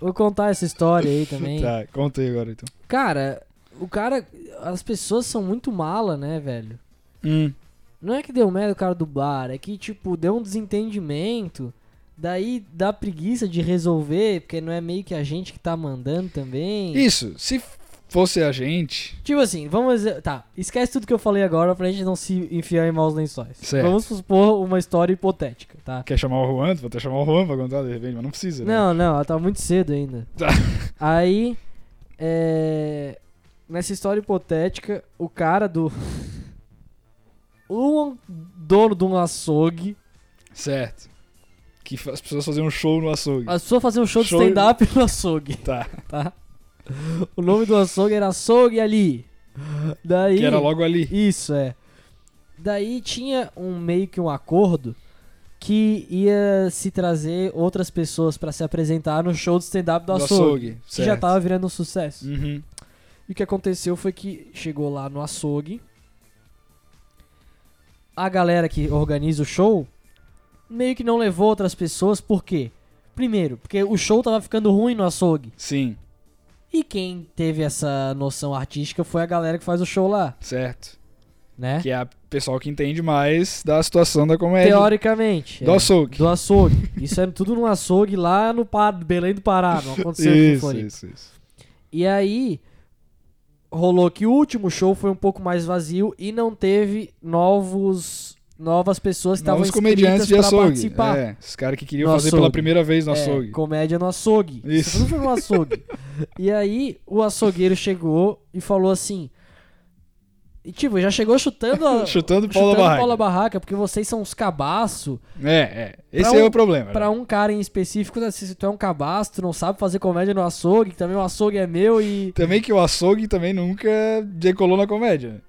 S3: Vou contar essa história aí também.
S4: Tá, conta aí agora então.
S3: Cara, o cara. As pessoas são muito mala, né, velho?
S4: Hum.
S3: Não é que deu merda o cara do bar, é que, tipo, deu um desentendimento. Daí dá preguiça de resolver, porque não é meio que a gente que tá mandando também.
S4: Isso, se fosse a gente.
S3: Tipo assim, vamos. Tá, esquece tudo que eu falei agora pra gente não se enfiar em maus lençóis.
S4: Certo.
S3: Vamos supor uma história hipotética, tá?
S4: Quer chamar o Juan? Vou até chamar o Juan pra contar de repente, mas não precisa. né?
S3: Não, não, ela tá muito cedo ainda.
S4: Tá.
S3: Aí. É. Nessa história hipotética, o cara do. Um dono de um açougue.
S4: Certo. Que fa- as pessoas faziam um show no açougue.
S3: A pessoa fazia um show de
S4: Show-
S3: stand-up no açougue,
S4: Tá.
S3: tá? O nome do açougue era Açougue Ali. Daí.
S4: Que era logo ali.
S3: Isso, é. Daí tinha um meio que um acordo que ia se trazer outras pessoas pra se apresentar no show de stand-up do
S4: Do
S3: açougue,
S4: açougue.
S3: que
S4: Certo.
S3: já tava virando um sucesso.
S4: Uhum.
S3: E o que aconteceu foi que chegou lá no açougue, a galera que organiza o show meio que não levou outras pessoas, por quê? Primeiro, porque o show tava ficando ruim no açougue.
S4: Sim,
S3: E quem teve essa noção artística foi a galera que faz o show lá,
S4: certo.
S3: né?
S4: Que é a pessoal que entende mais da situação da comédia.
S3: Teoricamente.
S4: Do
S3: é.
S4: açougue.
S3: Do açougue. Isso é tudo num açougue lá no Pa- Belém do Pará, não aconteceu aqui em
S4: Isso,
S3: Floripa.
S4: isso, isso.
S3: E aí, rolou que o último show foi um pouco mais vazio e não teve novos novas pessoas que estavam
S4: Novos
S3: inscritas
S4: comediantes de
S3: pra
S4: açougue.
S3: participar.
S4: É, os caras que queriam
S3: No
S4: fazer
S3: açougue.
S4: pela primeira vez no
S3: É,
S4: açougue.
S3: comédia no açougue.
S4: Isso.
S3: Isso. Tudo foi no açougue. e aí, o açougueiro chegou e falou assim... E, tipo, já chegou chutando a...
S4: Chutando Paula
S3: chutando
S4: Barraca.
S3: Paula Barraca, porque vocês são uns cabaço
S4: É, é. Esse
S3: Pra
S4: é
S3: um-
S4: o problema.
S3: Pra
S4: né?
S3: um cara em específico, né, se tu é um cabaço, tu não sabe fazer comédia no açougue, que também o açougue é meu e.
S4: Também que o açougue também nunca decolou na comédia. né?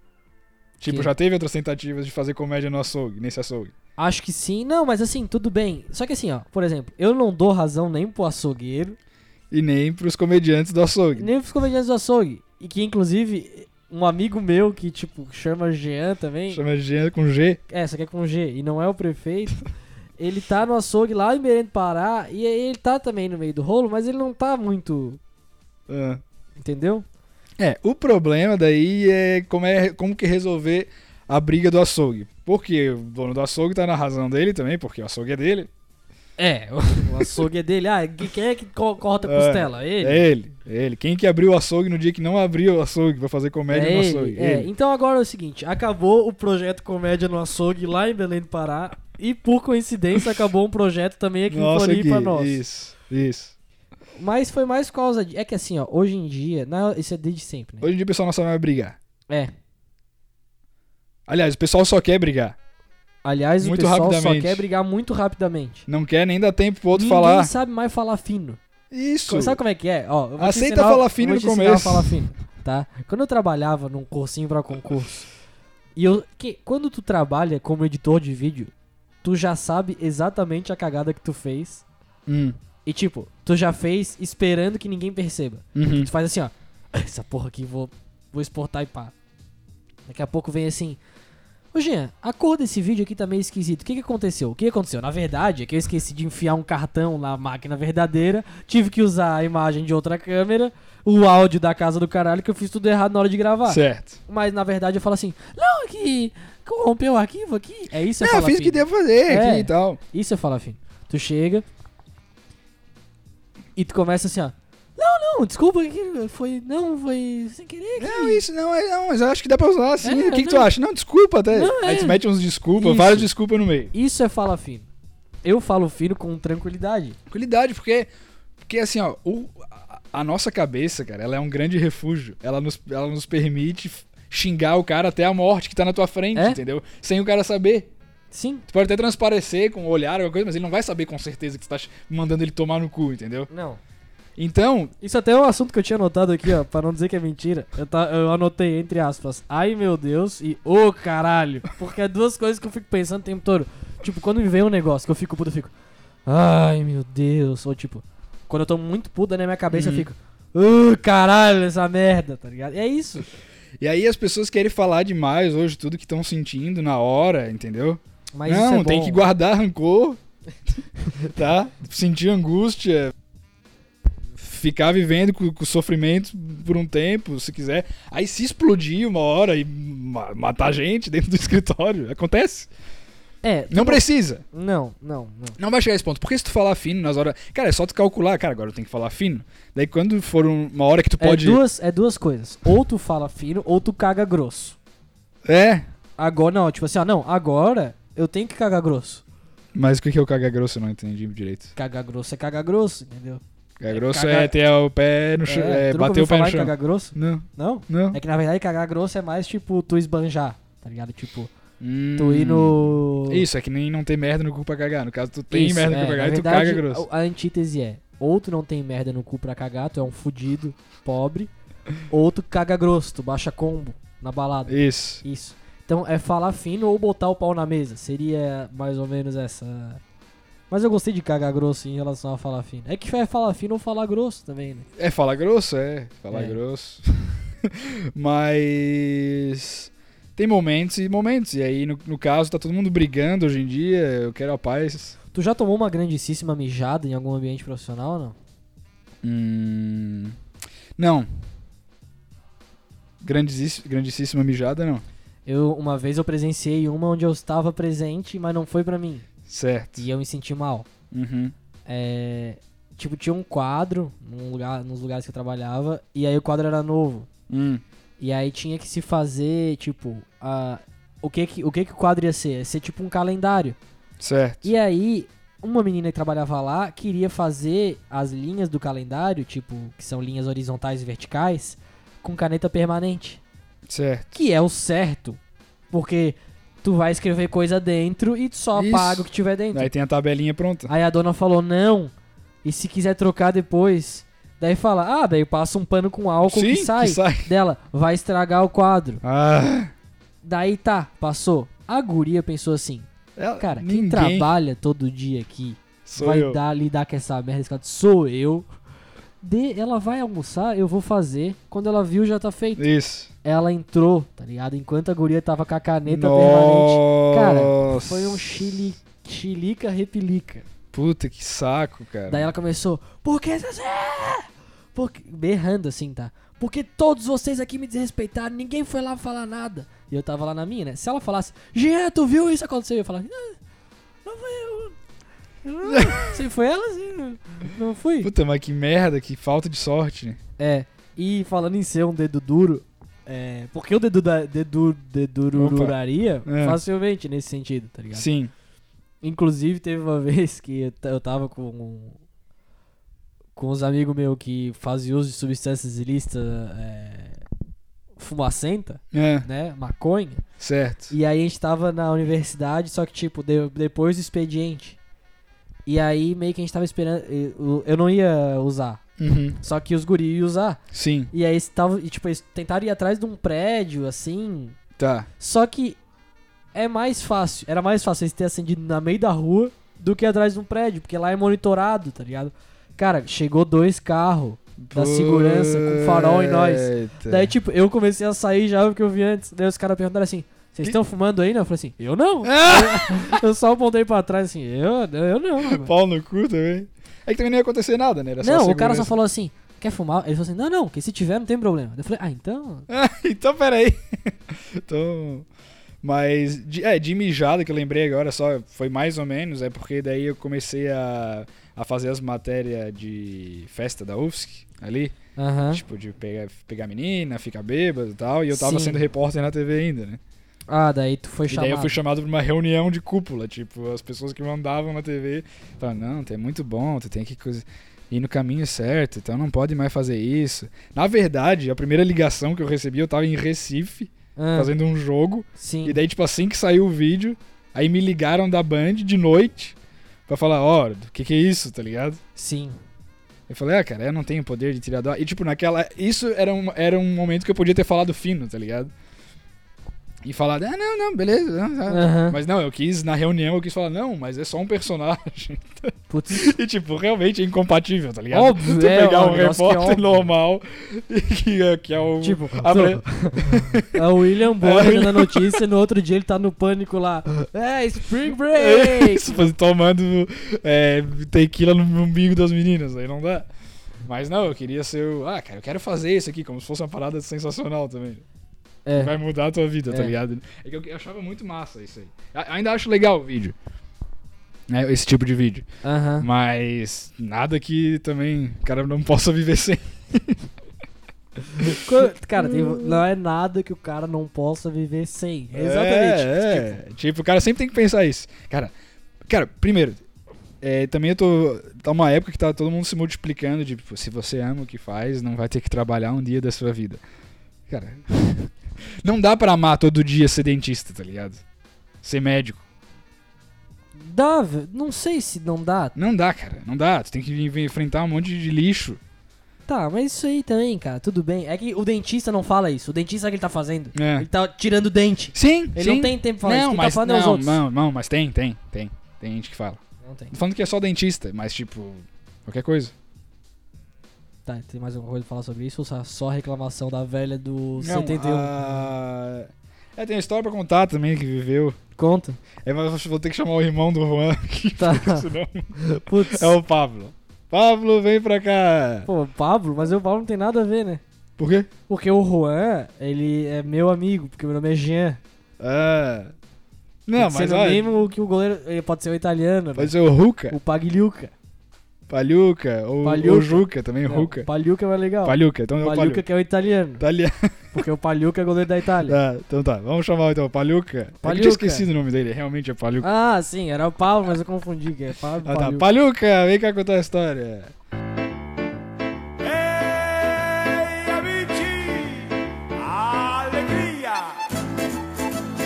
S4: Tipo,
S3: Que-
S4: já teve outras tentativas de fazer comédia no açougue, nesse açougue.
S3: Acho que sim. Não, mas assim, tudo bem. Só que assim, ó, por exemplo, eu não dou razão nem pro açougueiro,
S4: E nem pros comediantes do açougue.
S3: nem pros comediantes do açougue. E que, inclusive, um amigo meu que, tipo, chama Jean também.
S4: Chama Jean com G.
S3: É, só que é com G e não é o prefeito. ele tá no açougue lá em Belém do Pará e aí ele tá também no meio do rolo, mas ele não tá muito.
S4: Ah.
S3: Entendeu?
S4: É, o problema daí é como, é como que resolver a briga do açougue. Porque o dono do açougue tá na razão dele também, porque o açougue é dele.
S3: É, o açougue é dele. Ah, que- quem é que co- corta a
S4: É,
S3: costela? Ele.
S4: É ele, é ele. Quem que abriu o açougue no dia que não abriu o açougue pra fazer comédia
S3: É
S4: no
S3: ele,
S4: açougue?
S3: é.
S4: Ele.
S3: Então agora é o seguinte: acabou o projeto Comédia no Açougue lá em Belém do Pará. E por coincidência acabou um projeto também aqui em
S4: Nossa,
S3: Floripa
S4: aqui.
S3: nosso.
S4: Isso, isso.
S3: Mas foi mais por causa de. É que assim, ó, hoje em dia. Não, isso é desde sempre, né?
S4: Hoje em dia o pessoal não sabe mais brigar.
S3: É.
S4: Aliás, o pessoal só quer brigar.
S3: Aliás,
S4: Muito
S3: o pessoal só
S4: rapidamente.
S3: quer brigar muito rapidamente.
S4: Não quer nem dar tempo pro outro
S3: Ninguém
S4: falar.
S3: sabe mais falar fino.
S4: Isso.
S3: Sabe como é que é? Ó, eu vou te
S4: Aceita
S3: ensinar-
S4: falar
S3: eu
S4: fino
S3: vou te
S4: no
S3: ensinar
S4: começo.
S3: A falar fino, tá? Quando eu trabalhava num cursinho pra concurso, e eu que quando tu trabalha como editor de vídeo, tu já sabe exatamente a cagada que tu fez.
S4: Hum,
S3: E tipo, tu já fez esperando que ninguém perceba.
S4: uhum.
S3: Tu faz assim, ó. Essa porra aqui vou vou exportar e pá. Daqui a pouco vem assim, Ô Jean, a cor desse vídeo aqui tá meio esquisito. O que, que aconteceu? O que aconteceu? Na verdade, é que eu esqueci de enfiar um cartão na máquina verdadeira. Tive que usar a imagem de outra câmera, o áudio da casa do caralho, que eu fiz tudo errado na hora de gravar.
S4: Certo.
S3: Mas na verdade eu falo assim: não, é que corrompeu o arquivo aqui. É isso é
S4: Não, eu
S3: falar
S4: fiz o
S3: fino.
S4: que devo fazer
S3: É.
S4: aqui e tal.
S3: Isso é falar fino. Tu chega e tu começa assim, ó. Não, não, desculpa, que foi. Não, foi sem querer. que-
S4: Não, isso não é. Não, mas eu acho que dá pra usar assim.
S3: É,
S4: o que, que tu
S3: não.
S4: acha? Não, desculpa até.
S3: Não,
S4: Aí
S3: é.
S4: tu mete uns desculpa,
S3: Isso.
S4: vários desculpa no meio.
S3: Isso é fala fino. Eu falo fino com tranquilidade.
S4: Tranquilidade, porque. Porque assim, ó, o- a, a nossa cabeça, cara, ela é um grande refúgio. Ela nos, ela nos permite f- xingar o cara até a morte que tá na tua frente,
S3: É?
S4: entendeu? Sem o cara saber.
S3: Sim.
S4: Tu pode até transparecer com o olhar, alguma coisa, mas ele não vai saber com certeza que tu tá ch- mandando ele tomar no cu, entendeu?
S3: Não.
S4: Então,
S3: Isso até é um assunto que eu tinha anotado aqui, ó, pra não dizer que é mentira. Eu, tá- eu anotei entre aspas, ai meu Deus e ô caralho. Porque é duas coisas que eu fico pensando o tempo todo. Tipo, quando me vem um negócio que eu fico puto, eu fico, ai meu Deus. Ou tipo, quando eu tô muito puto, né, minha cabeça
S4: Uhum.
S3: eu fico, ô caralho, essa merda, tá ligado? E é isso.
S4: e aí as pessoas querem falar demais hoje tudo que estão sentindo na hora, entendeu?
S3: Mas isso é
S4: não,
S3: bom.
S4: tem que guardar rancor, tá? Sentir angústia, ficar vivendo com, com sofrimento por um tempo, se quiser. Aí se explodir uma hora e ma- matar gente dentro do escritório, acontece.
S3: É,
S4: Não precisa.
S3: não, não, não.
S4: Não vai chegar a esse ponto. Porque se tu falar fino nas horas... Cara, é só tu calcular. Cara, agora eu tenho que falar fino. Daí quando for um- uma hora que tu pode...
S3: É, duas, é duas coisas. Ou tu fala fino, ou tu caga grosso.
S4: É,
S3: Agora não, tipo assim, ó, não, agora eu tenho que cagar grosso.
S4: mas o que que é o cagar grosso? Eu não entendi direito.
S3: Cagar grosso é cagar grosso, entendeu?
S4: Cagar grosso
S3: cagar-
S4: é ter o pé no chão, é,
S3: tu nunca
S4: bater
S3: ouviu
S4: o pé
S3: falar
S4: no
S3: em
S4: chão.
S3: cagar grosso?
S4: Não,
S3: Não.
S4: não.
S3: É que na verdade cagar grosso é mais tipo tu esbanjar, tá ligado? Tipo, tu
S4: Hum.
S3: ir no.
S4: Isso, é que nem não ter merda no cu pra cagar. No caso, tu tem
S3: Isso,
S4: merda
S3: é,
S4: no cu pra
S3: na
S4: cagar e tu
S3: verdade,
S4: caga grosso.
S3: A a antítese é: ou tu não tem merda no cu pra cagar, tu é um fudido, pobre, ou tu caga grosso, tu baixa combo na balada.
S4: Isso.
S3: Isso. Então é falar fino ou botar o pau na mesa. Seria mais ou menos essa. Mas eu gostei de cagar grosso em relação a falar fino. É que é falar fino ou falar grosso também, né?
S4: É falar grosso, é. Falar
S3: É.
S4: grosso. Mas. Tem momentos e momentos. E aí, no, no caso, tá todo mundo brigando hoje em dia. Eu quero a paz.
S3: Tu já tomou uma grandíssima mijada em algum ambiente profissional ou não?
S4: Hum. Não. Grandissíssima, grandissíssima mijada, não.
S3: Eu, uma vez eu presenciei uma onde eu estava presente, mas não foi pra mim.
S4: Certo.
S3: E eu me senti mal.
S4: Uhum.
S3: É, tipo, tinha um quadro num lugar, nos lugares que eu trabalhava, e aí o quadro era novo.
S4: Hum.
S3: E aí tinha que se fazer, tipo, a, o, que que, o que que o quadro ia ser? Ia ser tipo um calendário.
S4: Certo.
S3: E aí, uma menina que trabalhava lá queria fazer as linhas do calendário, tipo, que são linhas horizontais e verticais, com caneta permanente.
S4: Certo.
S3: Que é o certo. Porque tu vai escrever coisa dentro e tu só
S4: Isso.
S3: apaga o que tiver dentro.
S4: Aí tá. tem a tabelinha pronta.
S3: Aí a dona falou, não. E se quiser trocar depois? Daí fala, ah, daí passa um pano com álcool
S4: Sim,
S3: que sai.
S4: sai.
S3: Dela, vai estragar o quadro.
S4: Ah.
S3: Daí tá, passou. A guria pensou assim:
S4: Ela-
S3: Cara,
S4: ninguém
S3: quem trabalha todo dia aqui
S4: sou
S3: vai
S4: eu.
S3: dar lidar com essa merda, esse cara, sou eu. De, ela vai almoçar, eu vou fazer. Quando ela viu, já tá feito.
S4: Isso.
S3: Ela entrou, tá ligado? Enquanto a guria tava com a caneta permanente. Cara,
S4: Nossa.
S3: foi um chili, chilica repelica.
S4: Puta, que saco, cara.
S3: Daí ela começou, por que você... Por que-" Berrando assim, tá? Porque todos vocês aqui me desrespeitaram, ninguém foi lá falar nada. E eu tava lá na minha, né? Se ela falasse, Jean, tu viu isso acontecer? Eu ia falar, não, não foi eu. Eu Não, se foi ela, sim, não, não fui.
S4: Puta, mas que merda, que falta de sorte. né?
S3: É, e falando em ser um dedo duro, é, porque o dedo da dedu, dedururaria
S4: É.
S3: facilmente nesse sentido, tá ligado?
S4: Sim.
S3: Inclusive, teve uma vez que eu ta- eu tava com. um, Com os amigos meus que faziam uso de substâncias ilícitas. É, fumacenta,
S4: É,
S3: né? Maconha.
S4: certo.
S3: E aí a gente tava na universidade, só que, tipo, de- depois do expediente. E aí meio que a gente tava esperando. Eu eu não ia usar.
S4: Uhum.
S3: Só que os guri iam usar.
S4: Sim,
S3: E aí eles tavam, e, tipo, eles tentaram ir atrás de um prédio, assim.
S4: tá.
S3: Só que é mais fácil, era mais fácil eles terem acendido na meio da rua do que atrás de um prédio, porque lá é monitorado, tá ligado? Cara, chegou dois carros da segurança com farol em nós.
S4: Eita.
S3: Daí, tipo, eu comecei a sair já o que eu vi antes. Daí os caras perguntaram assim: vocês estão fumando aí? Não? Eu falei assim: eu não.
S4: É.
S3: eu só apontei pra trás assim: eu, eu não. mano."
S4: Pau no cu também. É que também não ia acontecer nada, né? Era só
S3: Não, o cara
S4: segurança.
S3: só falou assim: quer fumar? Ele falou assim: não, não, que se tiver não tem problema. Daí Eu falei: ah, então.
S4: então, peraí. então. Mas, de, é, de mijada que eu lembrei agora só, foi mais ou menos, é porque daí eu comecei a, a fazer as matérias de festa da UFSC ali.
S3: Aham.
S4: Tipo, de pegar, pegar menina, ficar bêbado e tal. E eu tava
S3: Sim.
S4: sendo repórter na TV ainda, né?
S3: Ah, daí tu foi
S4: E daí eu
S3: chamado.
S4: fui chamado pra uma reunião de cúpula. Tipo, as pessoas que mandavam na TV falaram, não, tu é muito bom, tu tem que coisa- ir no caminho certo, então não pode mais fazer isso. Na verdade, a primeira ligação que eu recebi, eu tava em Recife,
S3: Ah,
S4: fazendo um jogo.
S3: Sim.
S4: E daí, tipo, assim que saiu o vídeo, aí me ligaram da Band de noite pra falar, ó, o que que é isso, tá ligado?
S3: Sim.
S4: Eu falei, ah, cara, eu não tenho poder de tirar do ar. E, tipo, naquela. Isso era um, era um momento que eu podia ter falado fino, tá ligado? E falar, ah, não, não, beleza. não, tá."
S3: Aham.
S4: Mas não, eu quis, na reunião, eu quis falar, não, mas é só um personagem.
S3: Putz,
S4: E, tipo, realmente é incompatível, tá ligado?
S3: Óbvio,
S4: tu
S3: é,
S4: pegar
S3: é um
S4: um
S3: negócio que é
S4: repórter
S3: óbvio.
S4: normal, e que, é- que é o.
S3: tipo,
S4: a bre-
S3: é o William Bonner
S4: William-
S3: na notícia, no outro dia ele tá no pânico lá. É, Spring Break!
S4: Isso, faz- tomando é, tequila no umbigo das meninas, aí não dá. Mas não, eu queria ser o. Ah, cara, eu quero fazer isso aqui, como se fosse uma parada sensacional também.
S3: É.
S4: Vai mudar a tua vida, tá
S3: É.
S4: ligado? É que eu- eu achava muito massa isso aí. A- Ainda acho legal o vídeo. Né, esse tipo de vídeo.
S3: É, Aham.
S4: Mas nada que também o cara não possa viver sem.
S3: Co- Cara, tem- não é nada que o cara não possa viver sem. Exatamente.
S4: É, é. Tipo, o cara sempre tem que pensar isso. Cara, cara primeiro, é, também eu tô. Tá uma época que tá todo mundo se multiplicando de tipo, se você ama o que faz, não vai ter que trabalhar um dia da sua vida. Cara, não dá pra amar todo dia ser dentista, tá ligado? Ser médico.
S3: Dá, velho. não sei se não dá.
S4: Não dá, cara. Não dá. Tu tem que en- enfrentar um monte de lixo.
S3: Tá, mas isso aí também, cara, tudo bem. É que o dentista não fala isso. O dentista sabe o que ele tá fazendo.
S4: É.
S3: Ele tá tirando dente.
S4: Sim,
S3: Ele
S4: sim.
S3: não tem tempo pra falar isso.
S4: Não,
S3: Quem
S4: mas,
S3: tá falando é os
S4: não,
S3: outros.
S4: não, não, mas tem, tem, tem. Tem gente que fala.
S3: Não tem.
S4: Tô falando que é só dentista, mas tipo, qualquer coisa.
S3: Tá, tem mais alguma coisa pra falar sobre isso? Ou só- só reclamação da velha do 71?
S4: ah. a- É, tem uma história pra contar também que viveu.
S3: Conta.
S4: É, mas eu vou ter que chamar o irmão do Juan,
S3: Tá.
S4: senão
S3: Putz.
S4: é o Pablo. Pablo, vem pra cá.
S3: Pô, Pablo, mas o Pablo não tem nada a ver, né?
S4: Por quê?
S3: Porque o Juan, ele é meu amigo, porque meu nome é Jean.
S4: Ah. Não,
S3: Tem que ser
S4: mas
S3: no
S4: olha, é.
S3: mínimo que o goleiro. Ele pode ser o italiano, né?
S4: pode ser o Ruca,
S3: O Pagliuca.
S4: Palhuca, ou
S3: Palhuca.
S4: o Juca também,
S3: Não,
S4: Ruca.
S3: O Pagliuca é mais legal.
S4: Palhuca, então é o
S3: Pagliuca
S4: Palhuca.
S3: que é o italiano.
S4: Tá ali-
S3: Porque o Pagliuca é goleiro da Itália.
S4: Ah, então tá, vamos chamar então o Palhuca. É que Eu
S3: Palhuca.
S4: tinha esquecido o nome dele, realmente é Palhuca.
S3: Ah, sim, era o Pablo, mas eu confundi, que é Pablo.
S4: Ah, tá.
S3: Pagliuca.
S4: Palhuca, vem cá contar a história.
S5: Ehi amici, allegria!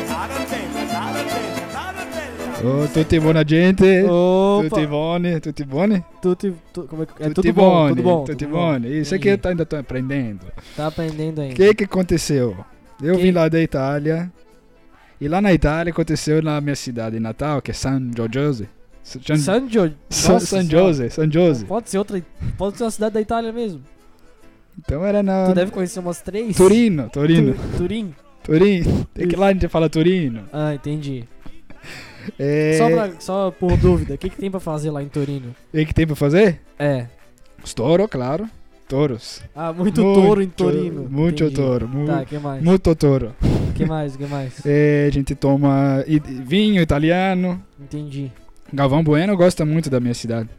S5: Tarantella, tarantella, tarantella!
S4: Ô, tutti buona gente. Tutti
S3: Opa,
S4: bone, tutti bone.
S3: tudo, tu, como é, que- é
S4: Tutti
S3: tudo bom,
S4: bone,
S3: tudo bom.
S4: tutti
S3: tudo bom.
S4: bone. Isso aqui é eu tô- ainda tô aprendendo.
S3: Tá aprendendo
S4: O
S3: ainda.
S4: que que aconteceu? Eu
S3: Que-
S4: vim lá da Itália, E lá na Itália aconteceu na minha cidade natal, que é San Giorgio. San, San,
S3: San Gio...
S4: é San,
S3: Nossa
S4: San
S3: senhora.
S4: Jose, San Jose.
S3: Pode ser outra. Pode ser uma cidade da Itália mesmo.
S4: Então era na
S3: Tu deve conhecer umas três.
S4: Turino, Torino.
S3: Tu- Turim?
S4: Turim. É que lá a gente fala Turino.
S3: Ah, entendi.
S4: É...
S3: Só, pra- só por dúvida, o que, que tem pra fazer lá em Torino?
S4: E que tem pra fazer?
S3: É.
S4: Os toro, claro. Toros.
S3: Ah, muito, touro em Torino.
S4: Muito
S3: entendi.
S4: toro. Mu,
S3: Tá, que mais?
S4: Muito toro.
S3: Que mais? Que mais?
S4: É, a gente toma i- vinho italiano.
S3: Entendi.
S4: Galvão Bueno gosta muito da minha cidade.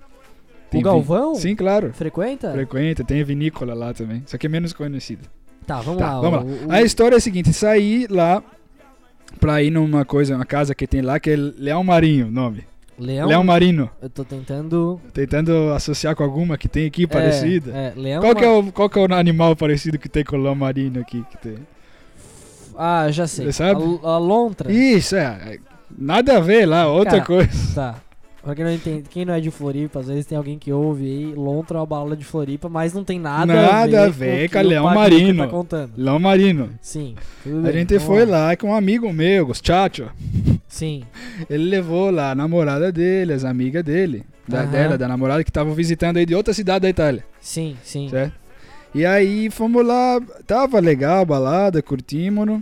S4: Tem
S3: O
S4: vi-
S3: Galvão? É.
S4: Sim, claro.
S3: Frequenta?
S4: Frequenta, tem a vinícola lá também. Só que é menos conhecida.
S3: Tá, vamos
S4: Tá,
S3: lá.
S4: vamos lá.
S3: o- o-
S4: A história é a seguinte: saí lá pra ir numa coisa, uma casa que tem lá, que é Leão Marinho o nome.
S3: Leão?
S4: Leão, é Marino.
S3: Eu tô tentando.
S4: Tentando associar com alguma que tem aqui parecida.
S3: É, é, leão.
S4: Qual que, é o, qual que é o animal parecido que tem com o leão marinho aqui? Que tem?
S3: Ah, já sei.
S4: Você sabe?
S3: A, a lontra.
S4: Isso, é. é, Nada a ver lá, outra
S3: Cara,
S4: coisa.
S3: Tá. Pra quem não entende, quem não é de Floripa, às vezes tem alguém que ouve aí, lontra é uma bala de Floripa, mas não tem nada,
S4: Nada
S3: a
S4: a
S3: ver
S4: ver
S3: o
S4: com
S3: que o
S4: leão
S3: Patrick
S4: marino.
S3: Tá contando.
S4: Leão marinho.
S3: Sim. tudo bem,
S4: A gente
S3: vamos
S4: foi lá com um amigo meu, Gustavo.
S3: Sim.
S4: Ele levou lá a namorada dele, as amigas dele, da,
S3: Aham.
S4: dela, da namorada, que estavam visitando aí de outra cidade da Itália.
S3: Sim, sim.
S4: Certo? E aí fomos lá, tava legal a balada, curtimos.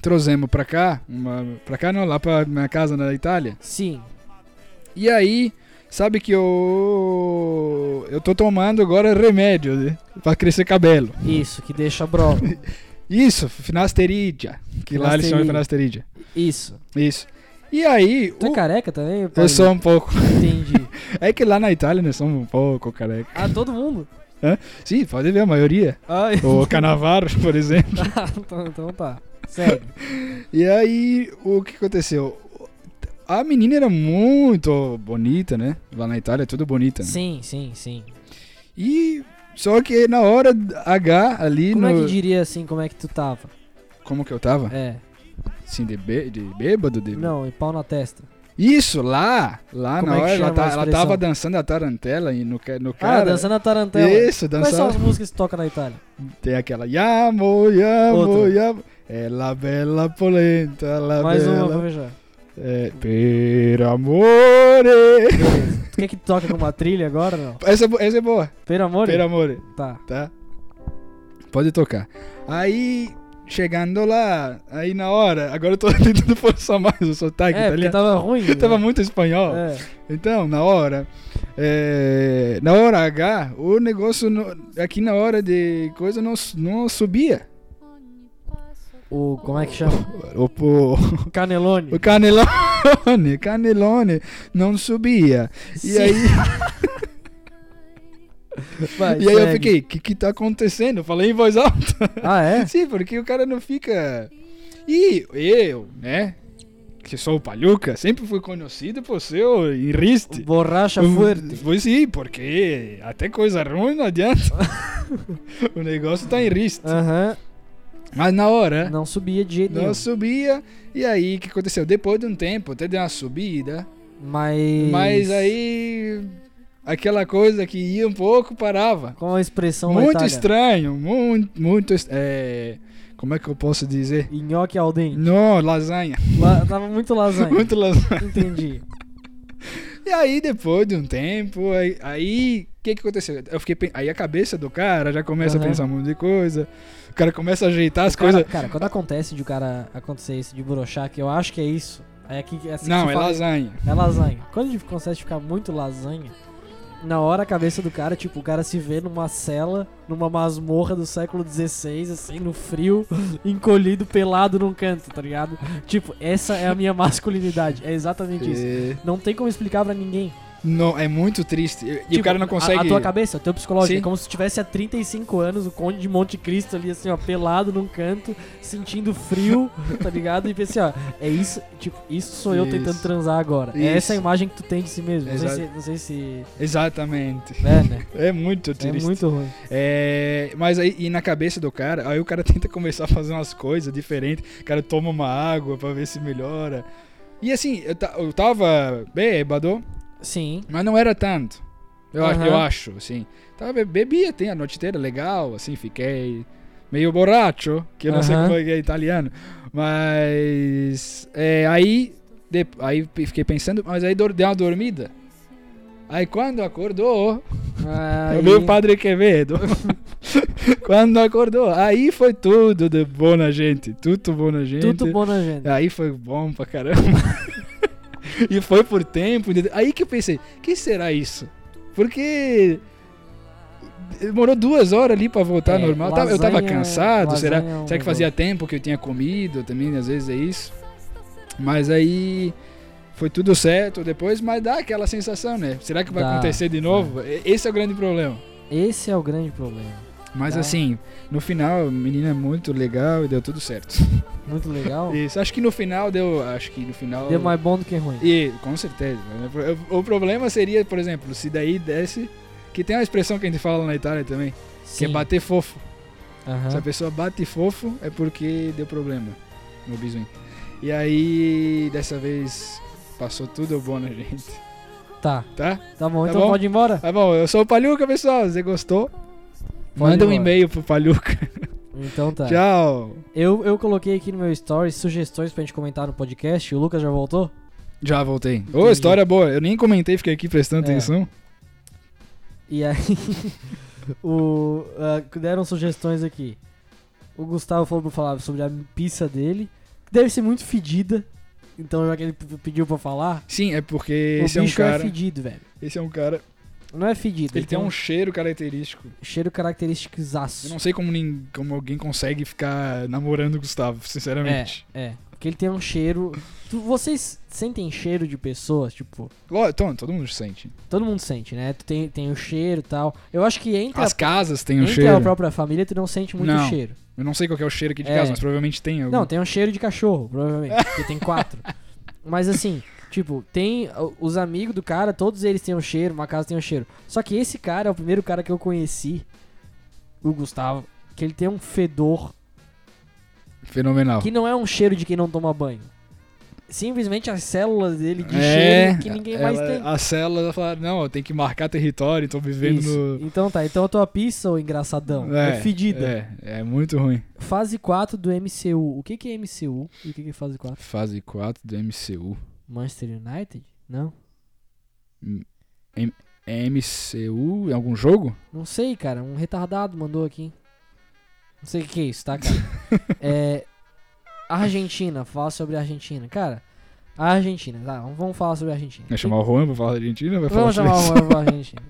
S4: Trouxemos pra cá, uma, pra cá não, lá pra minha casa na Itália.
S3: Sim.
S4: E aí, sabe que eu. Eu tô tomando agora remédio né, pra crescer cabelo.
S3: Isso, que deixa brolo.
S4: Isso, finasterídea. Que lá Ah, eles chamam de finasterídea.
S3: Isso.
S4: Isso. E aí.
S3: Tu é
S4: o-
S3: careca também?
S4: Uh, eu
S3: Paulinho?
S4: sou um pouco.
S3: Entendi.
S4: É que lá na Itália nós somos um pouco careca.
S3: Ah, todo mundo?
S4: Sim, pode ver a maioria.
S3: Ah,
S4: O Canavaro, por exemplo.
S3: então, então tá. Sério.
S4: E aí, o que aconteceu? A menina era muito bonita, né? Lá na Itália é tudo bonita. Né?
S3: Sim, sim, sim.
S4: E só que na hora H ali
S3: Como é
S4: no Ah,
S3: que diria assim, como é que tu tava?
S4: como que eu tava?
S3: É.
S4: Assim de, bê- de bêbado, de
S3: Não, e pau na testa.
S4: Isso lá, lá
S3: Como é
S4: na
S3: que
S4: hora ela,
S3: chama
S4: tá-
S3: a
S4: ela
S3: expressão?
S4: tava dançando a tarantela e no ca- no
S3: Ah,
S4: cara.
S3: dançando a tarantela.
S4: Isso,
S3: Quais são
S4: dançando.
S3: as músicas que toca na Itália?
S4: Tem aquela Yamo, Yamo,
S3: Outra.
S4: Yamo. É la bella polenta, la
S3: Mais uma pra
S4: bella.
S3: fechar.
S4: É, per amore.
S3: Beleza. Tu quer que toque com uma trilha agora, não?
S4: Essa, é bo- essa é boa.
S3: Pelo amor?
S4: Per amore.
S3: Tá.
S4: tá? Pode tocar. Aí, chegando lá, aí na hora, agora eu tô tentando forçar mais o sotaque,
S3: é,
S4: tá
S3: porque
S4: ligado?
S3: tava ruim. né?
S4: Tava muito espanhol.
S3: É.
S4: Então, na hora, é, na hora H, o negócio no- aqui na hora de coisa não, su- não subia.
S3: O, como é que chama?
S4: O, o,
S3: Canelone.
S4: o canelone, canelone não subia. E
S3: Sim.
S4: aí,
S3: Vai,
S4: e aí eu
S3: segue.
S4: fiquei, o que que tá acontecendo? Eu falei em voz alta.
S3: Ah, é?
S4: Sim, porque o cara não fica. E eu, né? Que sou o Palhuca, sempre fui conhecido por ser o enriste.
S3: Borracha
S4: Hum,
S3: fuerte.
S4: Pois sim, porque até coisa ruim não adianta. o negócio tá enriste.
S3: Aham.
S4: Mas na hora,
S3: Ah. Não subia de jeito
S4: não,
S3: nenhum.
S4: subia. E aí, o que aconteceu? Depois de um tempo, até deu uma subida.
S3: Mas.
S4: Mas aí, aquela coisa que ia um pouco, parava.
S3: Com a expressão da
S4: Muito
S3: Itália?
S4: estranho, muito, muito. est- É, como é que eu posso dizer?
S3: Nhoque al dente.
S4: Não, lasanha.
S3: La- Tava muito lasanha.
S4: Muito lasanha.
S3: Entendi.
S4: E aí, depois de um tempo, aí- aí o que, que aconteceu? Eu fiquei, pen- aí a cabeça do cara já começa
S3: Aham.
S4: a pensar um monte de coisa. O cara começa a ajeitar as
S3: Cara,
S4: coisas.
S3: cara, quando acontece de o cara acontecer isso, de brochar, que eu acho que é isso. É aqui que- é assim que
S4: Não,
S3: se
S4: é
S3: fala.
S4: lasanha.
S3: É lasanha. Quando a gente consegue ficar muito lasanha, na hora a cabeça do cara, tipo, o cara se vê numa cela, numa masmorra do século XVI, assim, no frio, encolhido, pelado num canto, tá ligado? Tipo, essa é a minha masculinidade. É exatamente isso.
S4: É,
S3: Não tem como explicar pra ninguém.
S4: não, é muito triste. E
S3: Tipo,
S4: o cara não
S3: a-
S4: consegue.
S3: A, tua cabeça, o teu psicológico.
S4: Sim.
S3: É como se tivesse há 35 anos o Conde de Monte Cristo ali, assim, ó, pelado num canto, sentindo frio, tá ligado? E pensa assim, ó, é isso, tipo, isso sou eu tentando
S4: Isso.
S3: transar agora. É essa a
S4: Isso.
S3: imagem que tu tem de si mesmo. Não sei,
S4: Exato.
S3: se, não sei se.
S4: Exatamente.
S3: É, né?
S4: É muito
S3: É
S4: triste.
S3: muito ruim.
S4: É, mas aí, e na cabeça do cara, aí o cara tenta começar a fazer umas coisas diferentes. O cara toma uma água pra ver se melhora. E assim, eu, ta- eu tava bêbado.
S3: Sim.
S4: Mas não era tanto. Eu, a-
S3: Aham.
S4: eu acho, assim. Tava, be- bebia tem a noite inteira, legal, assim, fiquei. meio borracho, que eu não sei
S3: Aham.
S4: como é que é italiano. Mas é, aí, de- aí fiquei pensando, mas aí dor- deu uma dormida. Aí quando acordou,
S3: Aí,
S4: eu vi o É Padre Quevedo. quando acordou, aí foi tudo de bom na gente, tudo bom na gente.
S3: tudo bom na gente.
S4: Aí foi bom pra caramba. e foi por tempo. entendeu? Aí que eu pensei, que será isso? Porque demorou duas horas ali pra voltar
S3: É,
S4: normal. Eu tava- eu tava
S3: lasanha-
S4: cansado. Será,
S3: lasanha é um
S4: será que fazia tempo que eu tinha comido também? Às vezes é isso. Mas aí foi tudo certo depois, mas dá aquela sensação, né? Será que vai
S3: Dá,
S4: acontecer de novo? E- Esse é o grande problema.
S3: Esse é o grande problema.
S4: Mas
S3: Dá.
S4: assim, no final, a menina é muito legal e deu tudo certo.
S3: Muito legal.
S4: Isso, acho que no final deu. Acho que no final.
S3: Deu mais bom do que ruim.
S4: E, com certeza. né? O problema seria, por exemplo, se daí desse. Que tem uma expressão que a gente fala na Itália também, que
S3: Sim.
S4: é bater fofo.
S3: Aham.
S4: Se a pessoa bate fofo, é porque deu problema no bisunho. E aí, dessa vez, passou tudo bom na gente,
S3: Tá,
S4: tá?
S3: tá bom.
S4: Tá
S3: então
S4: bom?
S3: pode ir embora?
S4: Tá bom, eu sou o Paluca, pessoal. Se você gostou,
S3: Pode
S4: manda
S3: ir
S4: um
S3: embora.
S4: e-mail pro Paluca.
S3: Então tá.
S4: Tchau.
S3: Eu, eu coloquei aqui no meu story sugestões pra gente comentar no podcast. O Lucas já voltou?
S4: Já voltei. Ô,
S3: Entendi.
S4: história boa. Eu nem comentei, fiquei aqui prestando
S3: É.
S4: atenção.
S3: E aí, o, ah, deram sugestões aqui. O Gustavo falou pra eu falar sobre a pizza dele, que deve ser muito fedida. Então, já que ele p- pediu pra falar,
S4: Sim, é porque esse
S3: o
S4: é um
S3: bicho
S4: cara.
S3: é fedido, velho.
S4: esse é um cara.
S3: Não é fedido,
S4: Ele tem um
S3: um
S4: cheiro característico.
S3: cheiro característico
S4: Eu não sei como, nin- como alguém consegue ficar namorando o Gustavo, sinceramente.
S3: É, porque ele tem um cheiro. Tu- vocês sentem cheiro de pessoas? Tipo,
S4: Ló- Então, todo mundo sente.
S3: todo mundo sente, né? Tu tem, tem o cheiro e tal. Eu acho que entre,
S4: As
S3: a,
S4: casas têm um
S3: entre
S4: cheiro.
S3: a própria família tu não sente muito
S4: Não.
S3: cheiro.
S4: Eu não sei qual que é o cheiro aqui de
S3: É.
S4: casa, mas provavelmente tem algum.
S3: Não, tem um cheiro de cachorro, provavelmente, porque tem quatro. Mas assim, tipo, tem o- os amigos do cara, todos eles têm um cheiro, uma casa tem um cheiro. Só que esse cara é o primeiro cara que eu conheci, o Gustavo, que ele tem um fedor
S4: Fenomenal.
S3: que não é um cheiro de quem não toma banho. Simplesmente as células dele de
S4: É,
S3: cheiro que ninguém mais
S4: ela-
S3: tem.
S4: A célula fala, não, tem que marcar território, tô vivendo
S3: Isso.
S4: no...
S3: Então tá, então a tua pizza, ô engraçadão, é, fedida.
S4: É, é muito ruim.
S3: Fase 4 do MCU. O que que é MCU e o que que é fase 4?
S4: Fase 4 do MCU.
S3: Manchester United? Não.
S4: É MCU em algum jogo?
S3: Não sei, cara. Um retardado mandou aqui. Não sei o que, que é isso, tá, cara? é. Argentina, fala sobre a Argentina. Cara, a Argentina, tá? vamos- Vamos falar sobre a Argentina.
S4: Vai chamar o Juan pra falar da Argentina? Vai
S3: vamos
S4: falar assim.
S3: chamar
S4: sobre
S3: o Juan pra Argentina.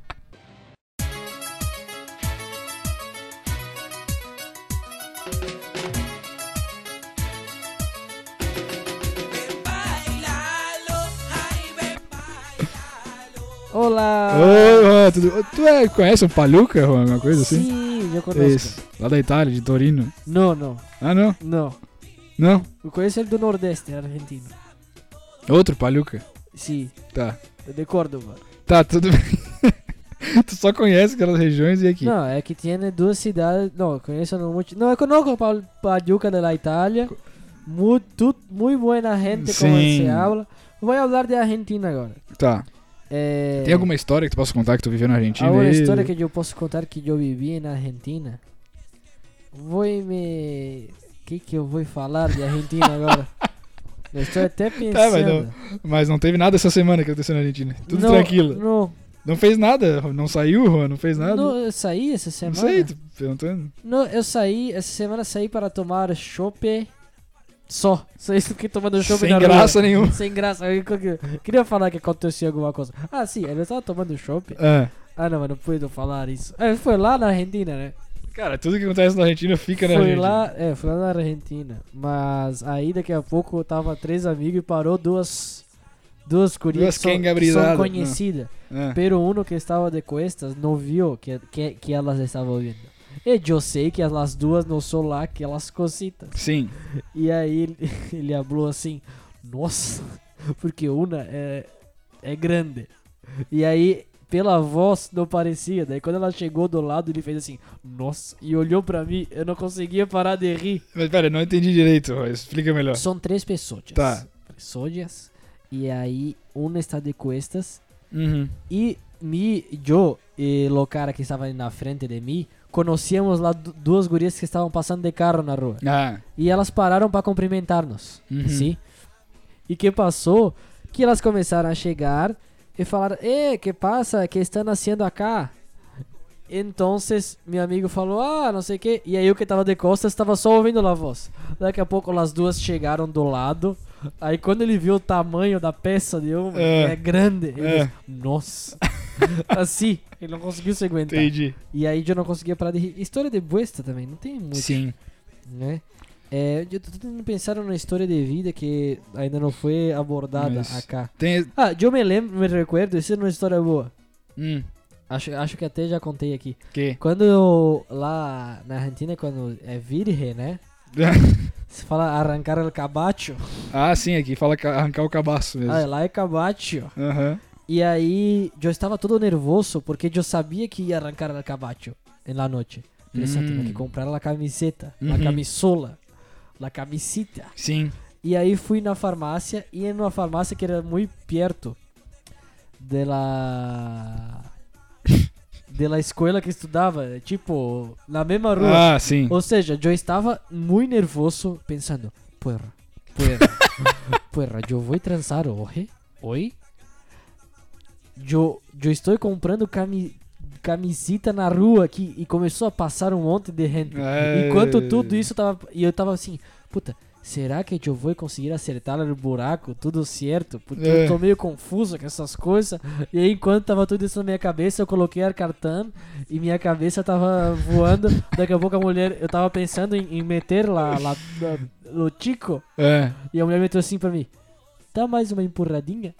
S3: Olá!
S4: Oi, Juan, tudo... Tu é- conhece o Paluca, Juan? Alguma coisa assim?
S3: Sim, eu conheço.
S4: Isso. Lá da Itália, de Torino.
S3: Não, não,
S4: Ah, não?
S3: não.
S4: Não?
S3: Eu conheço ele do Nordeste argentino.
S4: Outro Paluca?
S3: Sim,
S4: Tá.
S3: de Córdoba.
S4: Tá, tudo bem. tu só conhece aquelas regiões e aqui.
S3: Não, é que tem duas cidades. Não, conheço não muito. Não, eu conheço Pal- Paduca da Itália. Muito, muito boa gente, como
S4: Sim.
S3: se habla. Vou falar de Argentina agora.
S4: Tá.
S3: É,
S4: Tem alguma história que tu possa contar que tu viveu na Argentina?
S3: a outra
S4: aí?
S3: história que eu posso contar que eu vivi na Argentina. Vou me. O que, que eu vou falar de Argentina agora? eu estou até
S4: Tá, mas não.
S3: pensando.
S4: Mas não teve nada essa semana que aconteceu na Argentina. Tudo
S3: Não,
S4: tranquilo.
S3: Não,
S4: Não fez nada, não saiu, Juan, não fez nada.
S3: não, eu saí essa semana.
S4: Não sei, tipo- tô perguntando.
S3: Não, eu saí, essa semana saí para tomar chope só. Só isso que tomando chope
S4: Sem
S3: na rua.
S4: graça nenhuma.
S3: Sem graça. Eu eu queria falar que aconteceu alguma coisa. Ah, sim, ele estava tomando chope.
S4: Ah.
S3: Ah, não, mas não pude falar isso. É, foi lá na Argentina, né?
S4: Cara, tudo que acontece na Argentina fica na
S3: foi
S4: Argentina.
S3: lá, é, foi lá na Argentina. Mas aí daqui a pouco eu tava três amigos e parou duas duas
S4: Duas né?
S3: curias
S4: quenga
S3: que são-
S4: brisada,
S3: são conhecidas.
S4: Ah.
S3: Pero uno que estava de costas não viu que, que, que elas estavam ouvindo. E eu sei que as duas não são lá aquelas cositas.
S4: Sim.
S3: E aí ele, ele falou assim: Nossa, porque Una é, é grande. E aí, pela voz, não parecia. Daí, quando ela chegou do lado, ele fez assim: Nossa, e olhou pra mim. Eu não conseguia parar de rir.
S4: Mas pera, não entendi direito, Juan. Explica melhor.
S3: São três pessoas.
S4: Tá.
S3: Pessoas. E aí, uma está de costas.
S4: Uhum.
S3: E me, eu e o cara que estava na frente de mim conhecíamos lá du- duas gurias que estavam passando de carro na rua.
S4: Ah,
S3: E elas pararam para cumprimentar-nos.
S4: Uhum.
S3: Sim. E que passou que elas começaram a chegar e falaram: "E que passa? Que está nascendo acá?" Então, meu amigo falou: "Ah, não sei o quê". E aí eu que tava de costas estava só ouvindo lá a voz. Daqui a pouco as duas chegaram do lado. Aí quando ele viu o tamanho da peça de uma,
S4: É.
S3: é, grande. Ele
S4: É.
S3: disse, Nossa. assim, ele não conseguiu se aguentar.
S4: entendi.
S3: E aí eu não conseguia parar de rir. História de besta também, não tem muito
S4: Sim.
S3: né? É, eu tô tentando pensar numa história de vida que ainda não foi abordada
S4: Mas-
S3: acá.
S4: Tem.
S3: Ah, eu me lembro, me recuerdo, isso é uma história boa.
S4: Hum,
S3: Acho, acho que até já contei aqui.
S4: que?
S3: Quando eu, lá na Argentina, quando é virre, né? Se fala arrancar o cabacho.
S4: ah, sim, aqui fala ca- arrancar o cabaço mesmo.
S3: Ah, lá é cabacho.
S4: Aham.
S3: E aí, eu estava todo nervoso porque eu sabia que ia arrancar o cabacho na noite. Falei, "Só tenho
S4: Hum.
S3: que comprar a camiseta, a
S4: Uhum.
S3: camisola, a camisita.
S4: Sim.
S3: E aí fui na farmácia e em uma farmácia que era muito perto dela dela escola que estudava, tipo, na mesma rua.
S4: Ah, sim.
S3: Ou seja, eu estava muito nervoso pensando, puerra, puerra, puerra, eu vou transar hoje? Oi? Eu, eu estou comprando cami camiseta na rua aqui e começou a passar um monte de gente.
S4: É.
S3: Enquanto tudo isso tava. E eu tava assim, puta, será que eu vou conseguir acertar no buraco? Tudo certo? Porque
S4: É.
S3: eu tô meio confuso com essas coisas. E aí, enquanto tava tudo isso na minha cabeça, eu coloquei a cartão e minha cabeça tava voando. Daqui a pouco a mulher, eu tava pensando em, em meter lá, lá na- no tico.
S4: É.
S3: E a mulher meteu assim pra mim. Dá mais uma empurradinha?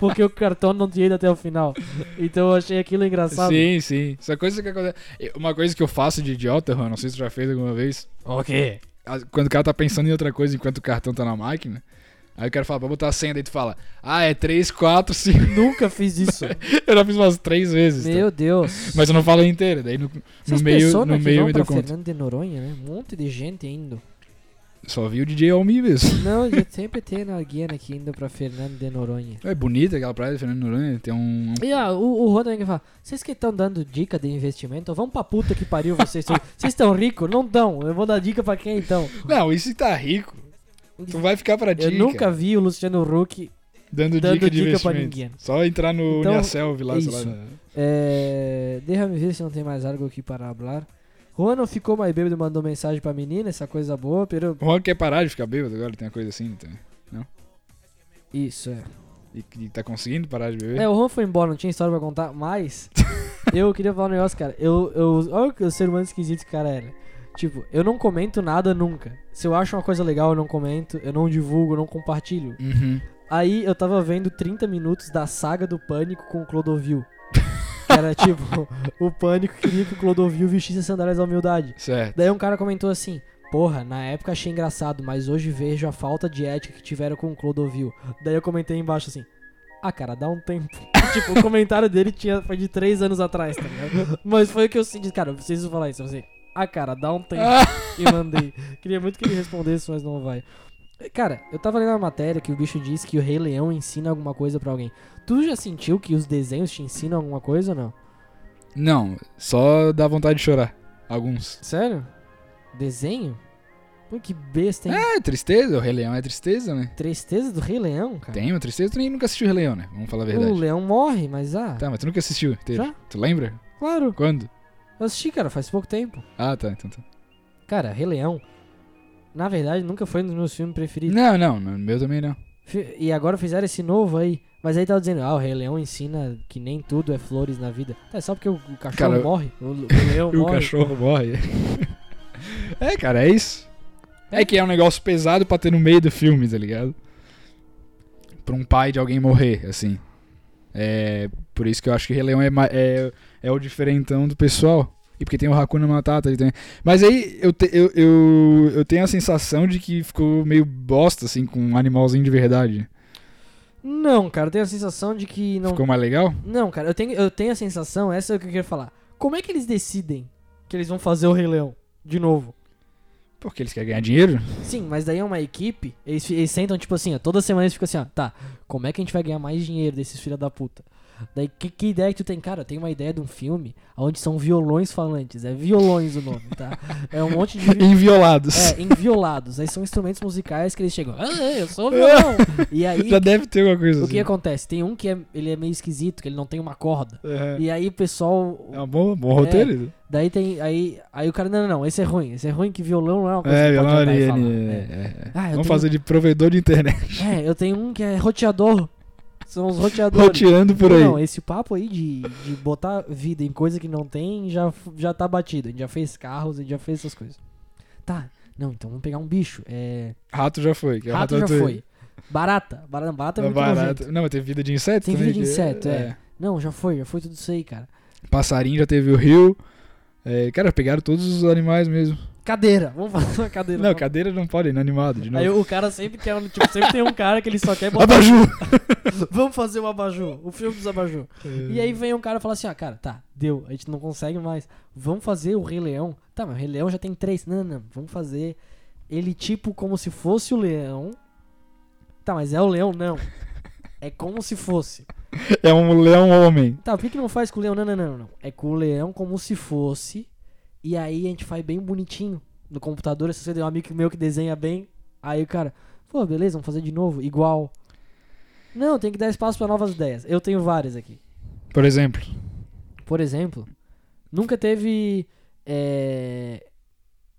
S3: Porque o cartão não tinha ido até o final. Então eu achei aquilo engraçado.
S4: Sim, sim. Essa coisa que acontece. Uma coisa que eu faço de idiota, Juan, não sei se tu já fez alguma vez.
S3: Ok.
S4: as- quando o cara tá pensando em outra coisa enquanto o cartão tá na máquina, aí o cara fala, pra botar a senha, daí tu fala, ah, é 3, 4, 5.
S3: Nunca fiz isso.
S4: Eu já fiz umas três vezes. tá?
S3: Meu Deus.
S4: Mas eu não falo inteira, daí no, no
S3: Essas
S4: meio,
S3: pessoas é
S4: no
S3: que
S4: meio
S3: vão
S4: me
S3: pra
S4: dou conta.
S3: Fernando de Noronha, né? Um monte de gente indo. né?
S4: Só vi o DJ Almi mesmo.
S3: Não, e sempre tem alguém aqui indo pra Fernando de Noronha.
S4: É bonita aquela praia de Fernando Noronha, tem um... um-
S3: E ah, o, o Rodan que fala, vocês que estão dando dica de investimento, vão pra puta que pariu vocês. todos. Vocês estão ricos? Não dão. Eu vou dar dica pra quem então?
S4: Não, isso tá rico. Tu vai ficar pra dica.
S3: Eu nunca vi o Luciano Huck.
S4: Dando,
S3: dando
S4: dica de
S3: dica pra
S4: investimento.
S3: ninguém.
S4: Só entrar no
S3: Então,
S4: Uniaselv lá, sei lá.
S3: isso.
S4: na-
S3: É... Deixa-me ver se não tem mais algo aqui para falar. Juan não ficou mais bêbado e mandou mensagem pra menina, essa coisa boa, pero...
S4: O Juan quer parar de ficar bêbado agora, tem uma coisa assim, então.
S3: Isso, é.
S4: E, e tá conseguindo parar de beber?
S3: É, o Juan foi embora, não tinha história pra contar, mas eu queria falar um negócio, cara. Eu, eu, olha o ser humano esquisito que o cara era. Tipo, eu não comento nada nunca. Se eu acho uma coisa legal, eu não comento, eu não divulgo, eu não compartilho.
S4: Uhum.
S3: Aí eu tava vendo 30 minutos da saga do Pânico com o Clodovil. Que era tipo, o Pânico queria que o Clodovil vestisse as sandálias da humildade.
S4: Certo.
S3: Daí um cara comentou assim: Porra, na época achei engraçado, mas hoje vejo a falta de ética que tiveram com o Clodovil. Daí eu comentei embaixo assim: Ah, cara, dá um tempo. tipo, o comentário dele tinha, foi de três anos atrás, tá ligado? Mas foi o que eu senti, cara, eu preciso falar isso. Eu falei: Ah, cara, dá um tempo. e mandei. Queria muito que ele respondesse, mas não vai. Cara, eu tava lendo uma matéria que o bicho diz que o Rei Leão ensina alguma coisa pra alguém. Tu já sentiu que os desenhos te ensinam alguma coisa ou não?
S4: Não, só dá vontade de chorar. Alguns.
S3: Sério? Desenho? Pô, que besta, hein?
S4: É, tristeza, o Rei Leão é tristeza, né?
S3: Tristeza do Rei Leão, cara?
S4: Tem uma tristeza, tu nem nunca assistiu o Rei Leão, né? Vamos falar a
S3: O
S4: verdade.
S3: leão morre, mas ah,
S4: Tá, mas tu nunca assistiu inteiro.
S3: Já?
S4: Tu lembra?
S3: claro.
S4: Quando?
S3: Eu assisti, cara, faz pouco tempo.
S4: Ah, tá, então tá.
S3: Cara, Rei Leão, na verdade, nunca foi um dos meus filmes preferidos.
S4: Não, não, no meu também não.
S3: Fi- E agora fizeram esse novo aí. Mas aí tava dizendo, ah, o Rei Leão ensina que nem tudo é flores na vida. Tá, É só porque o o cachorro
S4: Cara, eu-
S3: morre, o, o leão
S4: O
S3: morre.
S4: cachorro morre. é, cara, é isso. É que é um negócio pesado pra ter no meio do filme, tá ligado? Pra um pai de alguém morrer, assim. É. Por isso que eu acho que Rei Leão é, ma- é, é o diferentão do pessoal. E porque tem o Hakuna Matata ali também. Mas aí eu, te- eu, eu, eu tenho a sensação de que ficou meio bosta, assim, com um animalzinho de verdade.
S3: Não, cara, eu tenho a sensação de que não...
S4: Ficou mais legal?
S3: Não, cara, eu tenho, eu tenho a sensação, essa é o que eu queria falar. Como é que eles decidem que eles vão fazer o Rei Leão de novo?
S4: Porque eles querem ganhar dinheiro?
S3: Sim, mas daí é uma equipe, eles, fi- eles sentam tipo assim, ó, toda semana eles ficam assim, ó, tá, como é que a gente vai ganhar mais dinheiro desses filha da puta? Daí, que, que ideia que tu tem? Cara, eu tenho uma ideia de um filme onde são violões falantes. É violões o nome, tá? É um monte de. vi-
S4: Inviolados.
S3: É, inviolados. Aí são instrumentos musicais que eles chegam. Ah, eu sou violão. E aí,
S4: Já deve ter alguma coisa
S3: o que
S4: assim.
S3: acontece? Tem um que é, ele é meio esquisito, que ele não tem uma corda.
S4: É,
S3: E aí o pessoal.
S4: é um bom, bom roteiro.
S3: Daí tem. Aí, aí o cara, não, não, não, esse é ruim. Esse é ruim que violão não é uma coisa
S4: É,
S3: que
S4: violão
S3: pode andar e
S4: alien.
S3: falar.
S4: é,
S3: É.
S4: é, é.
S3: Ah, eu
S4: Vamos
S3: tenho-
S4: fazer de provedor de internet.
S3: É, eu tenho um que é roteador. São os roteadores.
S4: Roteando por aí.
S3: Não, esse papo aí de, de botar vida em coisa que não tem já, f- já tá batido. A gente já fez carros, a gente já fez essas coisas. Tá, não, então vamos pegar um bicho. É,
S4: Rato já foi. Que é
S3: rato já
S4: ratatouille.
S3: foi. Barata. Barata, barata é
S4: É
S3: muito
S4: barato.
S3: nojento.
S4: Não, mas tem vida de inseto
S3: Tem
S4: também,
S3: vida de
S4: que-
S3: inseto, é. Não, já foi, já foi tudo isso aí, cara.
S4: Passarinho já teve o rio. É, cara, pegaram todos os animais mesmo.
S3: Cadeira, vamos fazer uma cadeira.
S4: Não,
S3: Vamos-
S4: cadeira não pode, inanimado, de novo.
S3: Aí o cara sempre quer, um- tipo, sempre tem um cara que ele só quer botar.
S4: Abajur!
S3: Vamos fazer o abajur, o filme dos abajur. E aí vem um cara e fala assim, ó, cara, tá, deu, a gente não consegue mais. Vamos fazer o Rei Leão. Tá, mas o Rei Leão já tem três. Não, não, não. Vamos fazer ele tipo como se fosse o leão. Tá, mas é o leão, não. É como se fosse.
S4: É um leão homem.
S3: Tá, por que, que não faz com o leão? Não, não, não, não. É com o leão como se fosse. E aí a gente faz bem bonitinho no computador. Se você tem um amigo meu que desenha bem, aí o cara, pô, beleza, vamos fazer de novo, igual. Não, tem que dar espaço pra novas ideias. Eu tenho várias aqui.
S4: Por exemplo.
S3: Por exemplo, nunca teve é,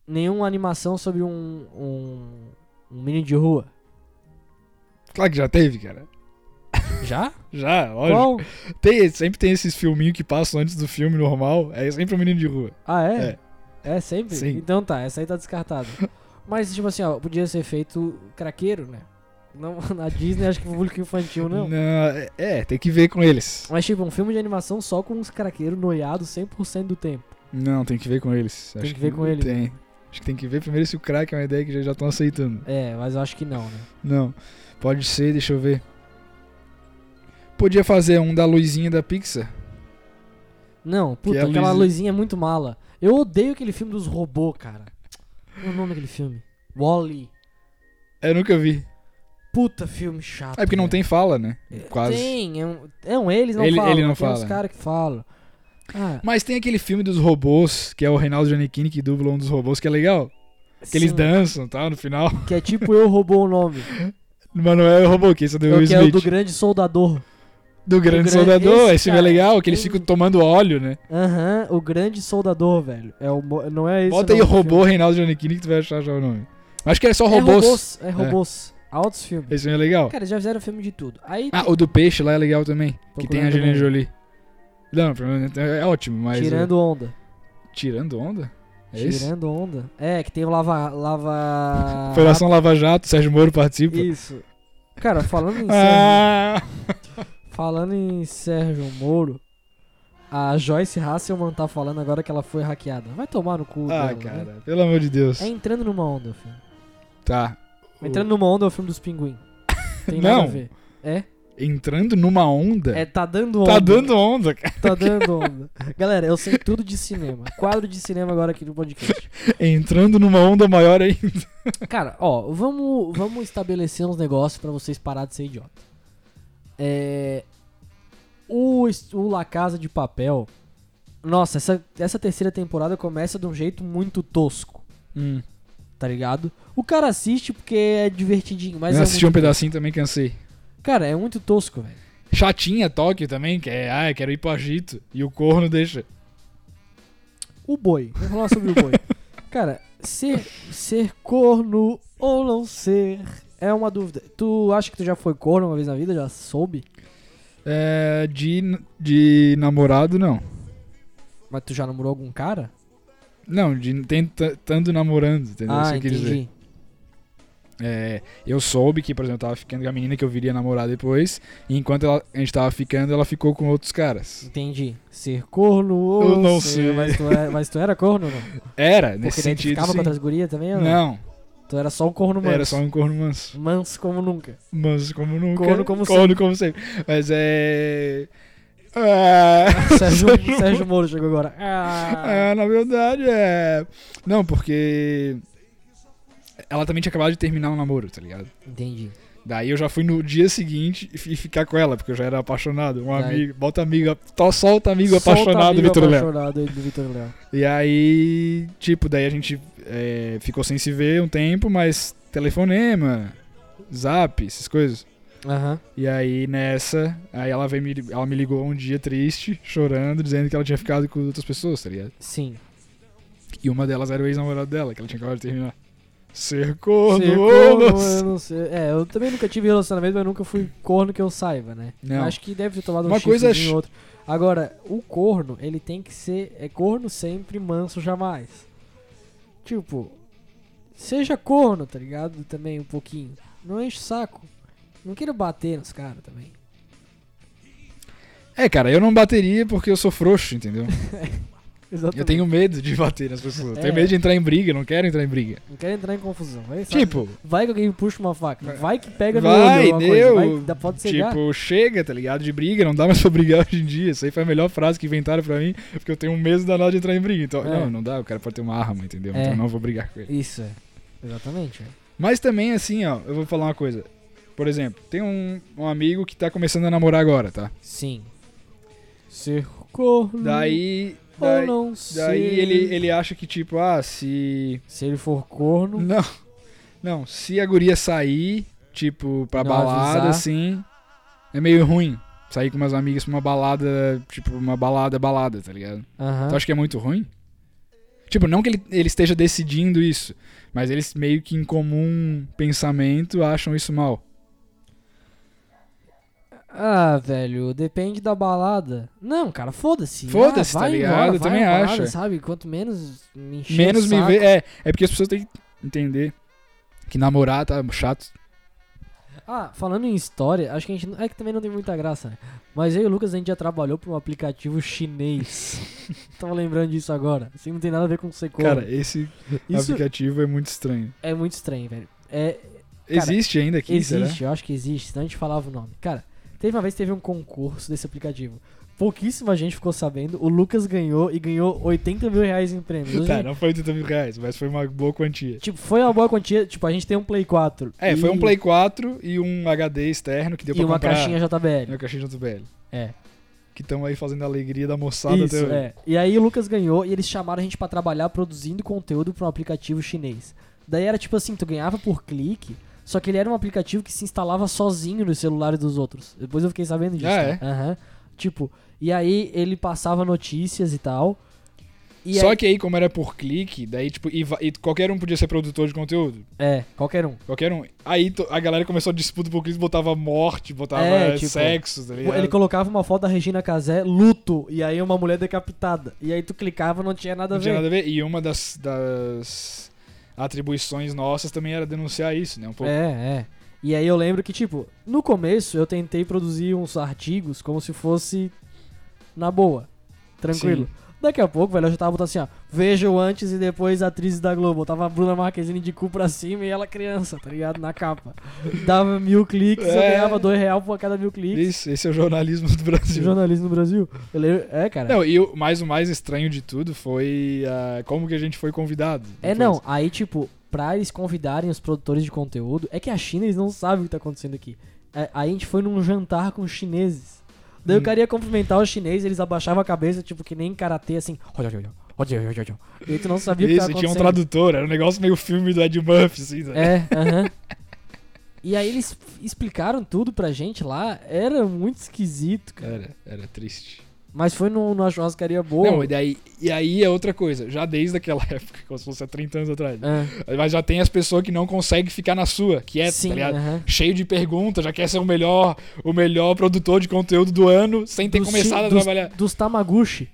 S3: nenhuma animação sobre um, um, um menino de rua.
S4: Claro que já teve, cara.
S3: Já?
S4: Já, lógico.
S3: Qual?
S4: Tem, sempre tem esses filminhos que passam antes do filme normal. É sempre um menino de rua.
S3: Ah, é? É, sempre?
S4: Sim.
S3: Então tá, essa aí tá descartada. Mas, tipo assim, ó, podia ser feito craqueiro, né? Não, na Disney acho que o público infantil não.
S4: é, é, tem que ver com eles.
S3: Mas, tipo, um filme de animação só com uns craqueiros noiados 100% do tempo.
S4: Não, tem que ver com eles. Acho
S3: que ver com eles.
S4: Tem. Acho que tem que ver primeiro se o crack é uma ideia que já- já estão aceitando.
S3: É, mas eu acho que não, né?
S4: Não. Pode ser, deixa eu ver. Podia fazer um da luzinha da Pixar.
S3: Não,
S4: Que
S3: puta,
S4: é a
S3: aquela
S4: luzinha-
S3: luzinha é muito mala. Eu odeio aquele filme dos robôs, cara. Qual é o nome daquele filme? Wally.
S4: É, Eu nunca vi.
S3: Puta filme chato.
S4: É porque não
S3: velho.
S4: tem fala, né? Quase.
S3: Tem, é um, é um eles não
S4: Ele-
S3: falam.
S4: ele não
S3: tem uns
S4: fala.
S3: caras que falam. Ah,
S4: Mas tem aquele filme dos robôs, que é o Reinaldo Giannichini que dubla um dos robôs, que é legal. Que eles
S3: sim,
S4: dançam e tal no final.
S3: Que é tipo eu roubou o nome.
S4: Mas não é o robô, que esse é do
S3: Eu
S4: Will
S3: que é o
S4: Smith.
S3: do grande soldador.
S4: Do
S3: grande-
S4: grande soldador.
S3: esse
S4: Esse, filme é
S3: cara,
S4: legal, que eles
S3: esse-
S4: ficam tomando óleo, né?
S3: Aham, o grande soldador, velho. É o, mo- não é esse
S4: Bota
S3: o
S4: aí
S3: nome do
S4: robô
S3: filme.
S4: Reinaldo Giannichini que tu vai achar já o nome. Acho que é só
S3: É
S4: robôs.
S3: robôs. É robôs. Altos filmes.
S4: Esse filme é legal.
S3: Cara, eles já fizeram filme de tudo. Aí
S4: Ah, o do peixe lá é legal também. que tem a
S3: Procurando
S4: Angelina
S3: Nemo.
S4: Jolie. Não, pelo menos é ótimo, mas.
S3: tirando onda.
S4: eh, Tirando onda? É isso?
S3: tirando onda. É, que tem o lava lava
S4: Operação Lava Jato, Sérgio Moro participa.
S3: Isso. Cara, falando em Sérgio
S4: Ah!
S3: Falando em Sérgio Moro, a Joyce Hasselman tá falando agora que ela foi hackeada. Vai tomar no cu. dela,
S4: Ah,
S3: né?
S4: cara, pelo amor de Deus.
S3: É entrando numa onda, o filme.
S4: Tá.
S3: Entrando numa onda é o filme dos pinguim. Tem nada
S4: Não.
S3: a ver. É?
S4: Entrando numa onda?
S3: É, tá dando onda.
S4: tá dando onda, cara.
S3: Tá dando onda. Galera, eu sei tudo de cinema. Quadro de cinema agora aqui no podcast.
S4: Entrando numa onda maior aí.
S3: Cara, ó, vamos, vamos estabelecer uns negócios pra vocês parar de ser idiota. É. O, est- o La Casa de Papel. Nossa, essa, essa terceira temporada começa de um jeito muito tosco,
S4: Hum.
S3: tá ligado? O cara assiste porque é divertidinho, mas.
S4: eu
S3: é
S4: assisti um
S3: muito-
S4: pedacinho também, cansei.
S3: Cara, é muito tosco, velho.
S4: Chatinha Tóquio também, que é, ah, eu quero ir pro Egito. E o corno deixa.
S3: O boi. Vamos falar sobre o boi. Cara, ser, ser corno ou não ser é uma dúvida. Tu acha que tu já foi corno uma vez na vida? Já soube?
S4: É, de, de namorado, não.
S3: Mas tu já namorou algum cara?
S4: Não, de tentando namorando, entendeu? Isso
S3: ah,
S4: que eu quis dizer.
S3: entendi.
S4: É, eu soube que, por exemplo, eu tava ficando com a menina que eu viria namorar depois, e enquanto ela- a gente tava ficando, ela ficou com outros caras.
S3: Entendi. Ser corno ou
S4: Eu não
S3: ser-
S4: sei.
S3: Mas tu, era, mas tu era corno ou não?
S4: Era,
S3: Porque
S4: nesse
S3: daí tu
S4: sentido.
S3: ficava
S4: sim.
S3: com outras gurias também ou não?
S4: Não,
S3: Tu era só um corno manso.
S4: era só um corno manso.
S3: Manso como nunca.
S4: Manso como nunca.
S3: Corno como
S4: Corno como sempre. Mas é. Ah,
S3: Sérgio, Sérgio Moro chegou agora. Ah,
S4: ah, na verdade é. Não, porque. Ela também tinha acabado de terminar o namoro, tá ligado?
S3: Entendi.
S4: Daí eu já fui no dia seguinte e fi- ficar com ela, porque eu já era apaixonado. Um
S3: Daí-
S4: amigo, bota amiga, to- solta amigo
S3: Solta
S4: apaixonado,
S3: amigo
S4: Vitor Léo.
S3: apaixonado do Vitor Léo.
S4: E aí, tipo, daí a gente é, ficou sem se ver um tempo, mas telefonema, zap, essas coisas.
S3: Aham.
S4: E aí nessa, aí ela, veio me, ela me ligou um dia triste, chorando, dizendo que ela tinha ficado com outras pessoas, tá ligado?
S3: Sim.
S4: E uma delas era o ex-namorado dela, que ela tinha acabado de terminar. Cercou,
S3: Ser
S4: no
S3: corno, eu não sei. É, eu também nunca tive relacionamento, mas nunca fui corno que eu saiba, né?
S4: Não.
S3: Acho que deve ter tomado um
S4: Uma coisa
S3: chifrezinho
S4: é ch-
S3: ou outro. Agora, o corno, ele tem que ser. É corno sempre, manso jamais. Tipo, seja corno, tá ligado? Também um pouquinho. Não enche o saco. Não quero bater nos caras também.
S4: É, cara, eu não bateria porque eu sou frouxo, entendeu?
S3: Exatamente.
S4: Eu tenho medo de bater nas pessoas.
S3: É.
S4: Tenho medo de entrar em briga, não quero entrar em briga.
S3: Não quero entrar em confusão. Vai, sabe?
S4: Tipo,
S3: vai que alguém puxa uma faca. Vai que pega no
S4: Vai,
S3: olho alguma coisa.
S4: deu.
S3: Vai que dá- pode cegar.
S4: tipo, chega, tá ligado? De briga, não dá mais pra brigar hoje em dia. Isso aí foi a melhor frase que inventaram pra mim, porque eu tenho um medo danado de entrar em briga. Então,
S3: É.
S4: não, não dá, o cara pode ter uma arma, entendeu?
S3: É.
S4: Então eu não vou brigar com ele.
S3: Isso, é. Exatamente. é.
S4: Mas também, assim, ó, eu vou falar uma coisa. Por exemplo, tem um, um amigo que tá começando a namorar agora, tá?
S3: Sim. Ser corno.
S4: Daí.
S3: Hum. Ou
S4: Daí,
S3: não ser.
S4: daí ele, ele acha que, tipo, ah, se.
S3: Se ele for corno.
S4: Não. Não, se a guria sair, tipo, pra
S3: Não
S4: balada,
S3: avisar.
S4: assim, é meio ruim. Sair com umas amigas pra uma balada, tipo, uma balada, balada, tá ligado?
S3: Aham.
S4: Tu acha que é muito ruim? Tipo, não que ele, ele esteja decidindo isso, mas eles meio que em comum pensamento acham isso mal.
S3: Ah, velho, depende da balada. Não, cara, foda-se.
S4: Foda-se,
S3: ah,
S4: tá
S3: vai
S4: ligado?
S3: Embora,
S4: Eu
S3: vai
S4: também
S3: a balada,
S4: acho.
S3: sabe? Quanto menos me encher
S4: Menos
S3: o
S4: me
S3: saco-
S4: ver. É, é porque as pessoas têm que entender que namorar tá chato.
S3: Ah, falando em história, acho que a gente. não- É que também não tem muita graça, né? Mas eu e o Lucas a gente já trabalhou pra um aplicativo chinês. Tava lembrando disso agora. Assim, não tem nada a ver com ser corno.
S4: Cara, esse
S3: Isso
S4: aplicativo é muito estranho.
S3: é muito estranho, velho. É, Cara,
S4: Existe ainda aqui, será?
S3: Existe, eu acho que existe, senão a gente falava o nome. Cara, teve uma vez que teve um concurso desse aplicativo. Pouquíssima gente ficou sabendo. O Lucas ganhou e ganhou 80 mil reais em prêmios.
S4: Tá, não foi 80 mil reais, mas foi uma boa quantia.
S3: Tipo, foi uma boa quantia. Tipo, a gente tem um Play 4.
S4: É,
S3: e-
S4: foi um Play 4 e um HD externo que deu
S3: E
S4: pra
S3: uma
S4: comprar.
S3: caixinha
S4: E
S3: JBL.
S4: uma caixinha JBL.
S3: É.
S4: Que estão aí fazendo a alegria da moçada até
S3: Isso,
S4: hoje.
S3: é. E aí o Lucas ganhou e eles chamaram a gente pra trabalhar produzindo conteúdo pra um aplicativo chinês. Daí era tipo assim, tu ganhava por clique, só que ele era um aplicativo que se instalava sozinho nos celulares dos outros. Depois eu fiquei sabendo disso.
S4: Ah,
S3: né? Aham. Tipo, e aí ele passava notícias e tal. E
S4: Só
S3: aí-
S4: que aí, como era por clique, daí, tipo, e, va- e qualquer um podia ser produtor de conteúdo.
S3: É, qualquer um.
S4: Qualquer um. Aí to- a galera começou a disputa por clique, botava morte, botava
S3: É, tipo,
S4: sexo, tá ligado?
S3: Ele colocava uma foto da Regina Casé, luto, e aí uma mulher decapitada. E aí tu clicava não tinha nada a
S4: Não tinha
S3: ver.
S4: nada a ver. E uma das, das atribuições nossas também era denunciar isso, né? Um pouco.
S3: É, é. E aí eu lembro que, tipo, no começo eu tentei produzir uns artigos como se fosse na boa, tranquilo.
S4: Sim.
S3: Daqui a pouco, velho, eu já tava botando assim, ó, vejam antes e depois atrizes da Globo. Tava a Bruna Marquezine de cu pra cima e ela criança, tá ligado? Na capa. Dava mil cliques, eu
S4: É.
S3: ganhava dois reais por cada mil cliques.
S4: Isso, esse é o jornalismo do
S3: Esse
S4: Brasil.
S3: jornalismo no Brasil. Eu lembro- É, cara.
S4: Não, e o, mas o mais estranho de tudo foi ah, como que a gente foi convidado.
S3: É
S4: depois.
S3: não, aí tipo, pra eles convidarem os produtores de conteúdo, é que a China eles não sabem o que tá acontecendo aqui. É, aí a gente foi num jantar com os chineses. Daí o
S4: Hum.
S3: cara ia cumprimentar os chineses, eles abaixavam a cabeça, tipo, que nem karatê, assim. "Olha, olha, olha, olha, olha, olha". E aí tu não sabia o que
S4: Isso,
S3: tava
S4: e tinha um
S3: acontecendo.
S4: tradutor, era um negócio meio filme do Ed Murphy, assim, né?
S3: É, aham. E aí eles explicaram tudo pra gente lá, era muito esquisito, cara.
S4: Era, era triste.
S3: Mas foi no, numa churrascaria boa.
S4: Não, e, daí, e aí é outra coisa, já desde aquela época, como se fosse há 30 anos atrás.
S3: É,
S4: Mas já tem as pessoas que não conseguem ficar na sua, quieto,
S3: sim,
S4: tá ligado?
S3: aham.
S4: Cheio de perguntas, já quer ser o melhor, o melhor produtor de conteúdo do ano, sem ter
S3: Dos chi-
S4: começado a
S3: dos-
S4: trabalhar.
S3: Dos Tamaguchi.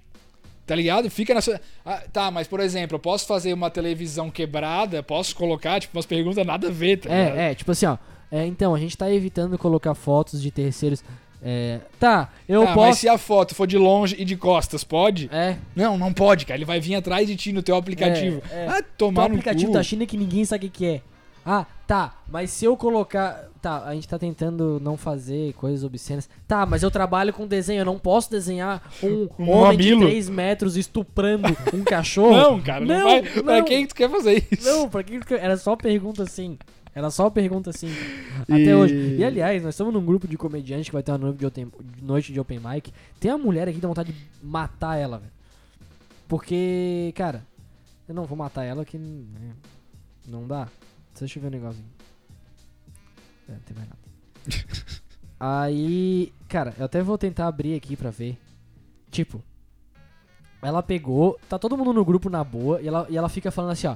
S4: Tá ligado? Fica na sua. Ah, tá, mas por exemplo, eu posso fazer uma televisão quebrada, posso colocar, tipo, umas perguntas nada a ver, tá ligado?
S3: É, é, tipo assim, ó. É, então, a gente tá evitando colocar fotos de terceiros. É, tá, eu
S4: ah, mas
S3: posso.
S4: se a foto for de longe e de costas, pode?
S3: É,
S4: Não, não pode, cara. Ele vai vir atrás de ti no teu aplicativo.
S3: É, é.
S4: Ah,
S3: tem um
S4: tomar no
S3: aplicativo
S4: cu.
S3: da China que ninguém sabe o que que é. Ah, tá, mas se eu colocar. Tá, a gente tá tentando não fazer coisas obscenas. Tá, mas eu trabalho com desenho, eu não posso desenhar um,
S4: Um
S3: homem de
S4: mamilo.
S3: 3 metros estuprando um cachorro.
S4: Não, cara, não,
S3: Não,
S4: vai. Pra
S3: não.
S4: quem tu quer fazer isso?
S3: Não, pra que que- era só pergunta assim. Era só uma pergunta assim.
S4: E-
S3: Até hoje. E aliás, nós estamos num grupo de comediantes que vai ter uma noite de open, noite de open mic. Tem uma mulher aqui que dá vontade de matar ela, velho. Porque, cara, eu não vou matar ela que. né, Não dá. Deixa eu ver um negocinho. É, não tem mais nada. Aí, cara, eu até vou tentar abrir aqui pra ver. Tipo, ela pegou, tá todo mundo no grupo na boa, e ela, e ela fica falando assim, ó.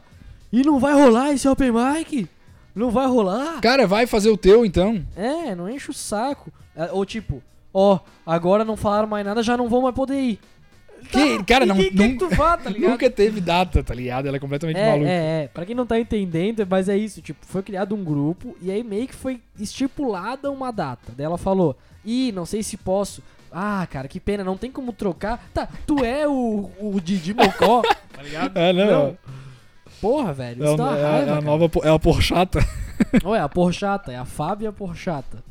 S3: E não vai rolar esse open mic? Não vai rolar?
S4: Cara, vai fazer o teu então.
S3: É, não enche o saco. É, Ou tipo, ó, agora não falaram mais nada, já não vão mais poder ir.
S4: Que, cara,
S3: E
S4: não,
S3: quem quer que
S4: nun-
S3: tu vá, tá ligado?
S4: nunca teve data, tá ligado? Ela é completamente
S3: é,
S4: maluca.
S3: é, é, pra quem não tá entendendo, mas é isso, tipo, foi criado um grupo e aí meio que foi estipulada uma data. Daí ela falou, ih, não sei se posso. Ah, cara, que pena, não tem como trocar. Tá, tu é o, o Didi Mocó?
S4: É, não,
S3: Não, Porra, velho, Tá isso
S4: é,
S3: dá
S4: uma-
S3: uma
S4: é a- é
S3: raiva,
S4: a
S3: cara.
S4: nova, po- é a porchata.
S3: Ou é a Porchata, é a Fábia Porchata.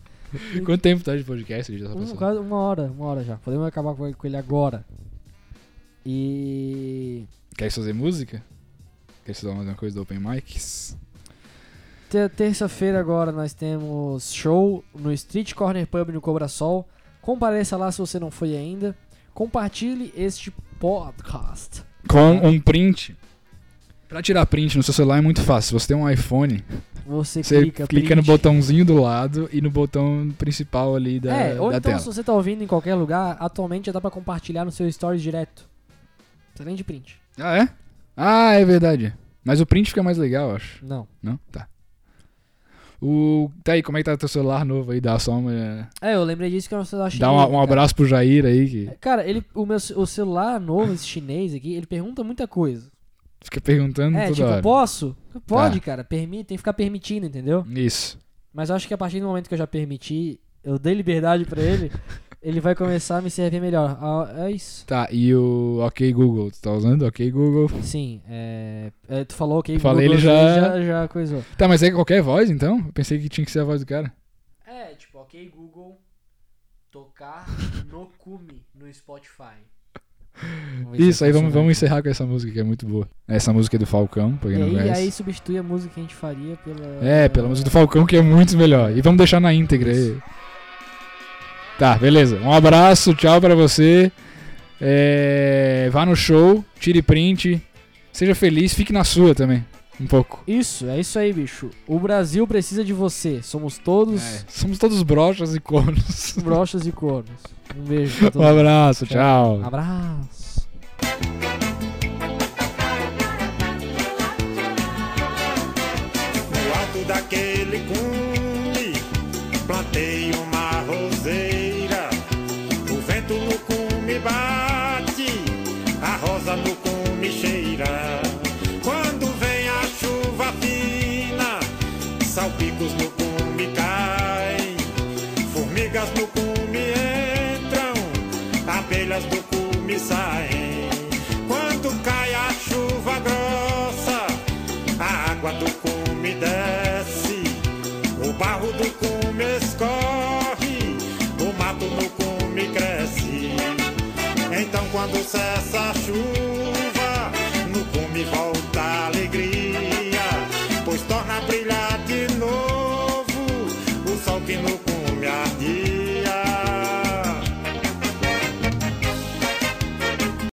S4: Quanto tempo tá de podcast? Já tá
S3: Um,
S4: passando?
S3: quase uma hora, uma hora já. Podemos acabar com com ele agora. E...
S4: Quer fazer música? Quer estudar mais uma coisa do Open Mics?
S3: Te- Terça-feira agora nós temos show no Street Corner Pub no Cobra Sol. Compareça lá se você não foi ainda. Compartilhe este podcast.
S4: Com um print. Pra tirar print no seu celular é muito fácil. Se você tem um iPhone,
S3: Você,
S4: você clica,
S3: clica,
S4: no
S3: print.
S4: botãozinho do lado e no botão principal ali da,
S3: é, ou
S4: da
S3: então se
S4: tela.
S3: você tá ouvindo em qualquer lugar, atualmente já dá pra compartilhar no seu stories direto. Não precisa nem de print.
S4: Ah, é? Ah, é verdade. Mas o print fica mais legal, eu acho.
S3: Não.
S4: Não? Tá. O... Tá aí, como é que tá teu celular novo aí? Dá só uma...
S3: É, eu lembrei disso que eu não sei
S4: Dá uma- um abraço pro Jair aí que
S3: Cara, ele, o meu ce- o celular novo, esse chinês aqui, ele pergunta muita coisa.
S4: fica perguntando
S3: É,
S4: toda
S3: tipo,
S4: hora. Tá.
S3: posso? Pode, cara. Permite, tem que ficar permitindo, entendeu?
S4: Isso.
S3: Mas eu acho que a partir do momento que eu já permiti, eu dei liberdade pra ele, ele vai começar a me servir melhor. Ah, é isso.
S4: Tá, e o OK Google? Tu tá usando OK Google?
S3: Sim, é. é, tu falou ok,
S4: Falei,
S3: Google,
S4: ele já-
S3: já já coisou.
S4: Tá, mas é qualquer voz, então? Eu pensei que tinha que ser a voz do cara.
S3: É, tipo, ok, Google, tocar no cume no Spotify. é,
S4: Isso, aí vamos, vamos encerrar com essa música que é muito boa. Essa música é do Falcão, pra
S3: E
S4: quem não
S3: aí,
S4: conhece.
S3: aí substitui a música que a gente faria pela.
S4: É, pela música do Falcão que é muito melhor. E vamos deixar na íntegra aí. Tá, beleza. Um abraço, tchau pra você. É, vá no show, tire print, seja feliz, fique na sua também. Um pouco.
S3: Isso, é isso aí, bicho. O Brasil precisa de você. Somos todos
S4: É, somos todos brochas e cornos.
S3: brochas e cornos. Um beijo pra
S4: Um
S3: todos.
S4: abraço, tchau.
S3: Abraço.
S5: No alto daquele cume, plantei uma roseira. O vento no cume bate, a rosa no cume cheira. Quando vem a chuva fina, salpicos no cume caem. Formigas no cume entram, abelhas do cume saem. Quando cai a chuva grossa, a água do cume desce, o barro do cume escorre, o mato no cume cresce. Então quando cessa a chuva, no cume volta a alegria, pois torna a brilhar de novo o sol que no cume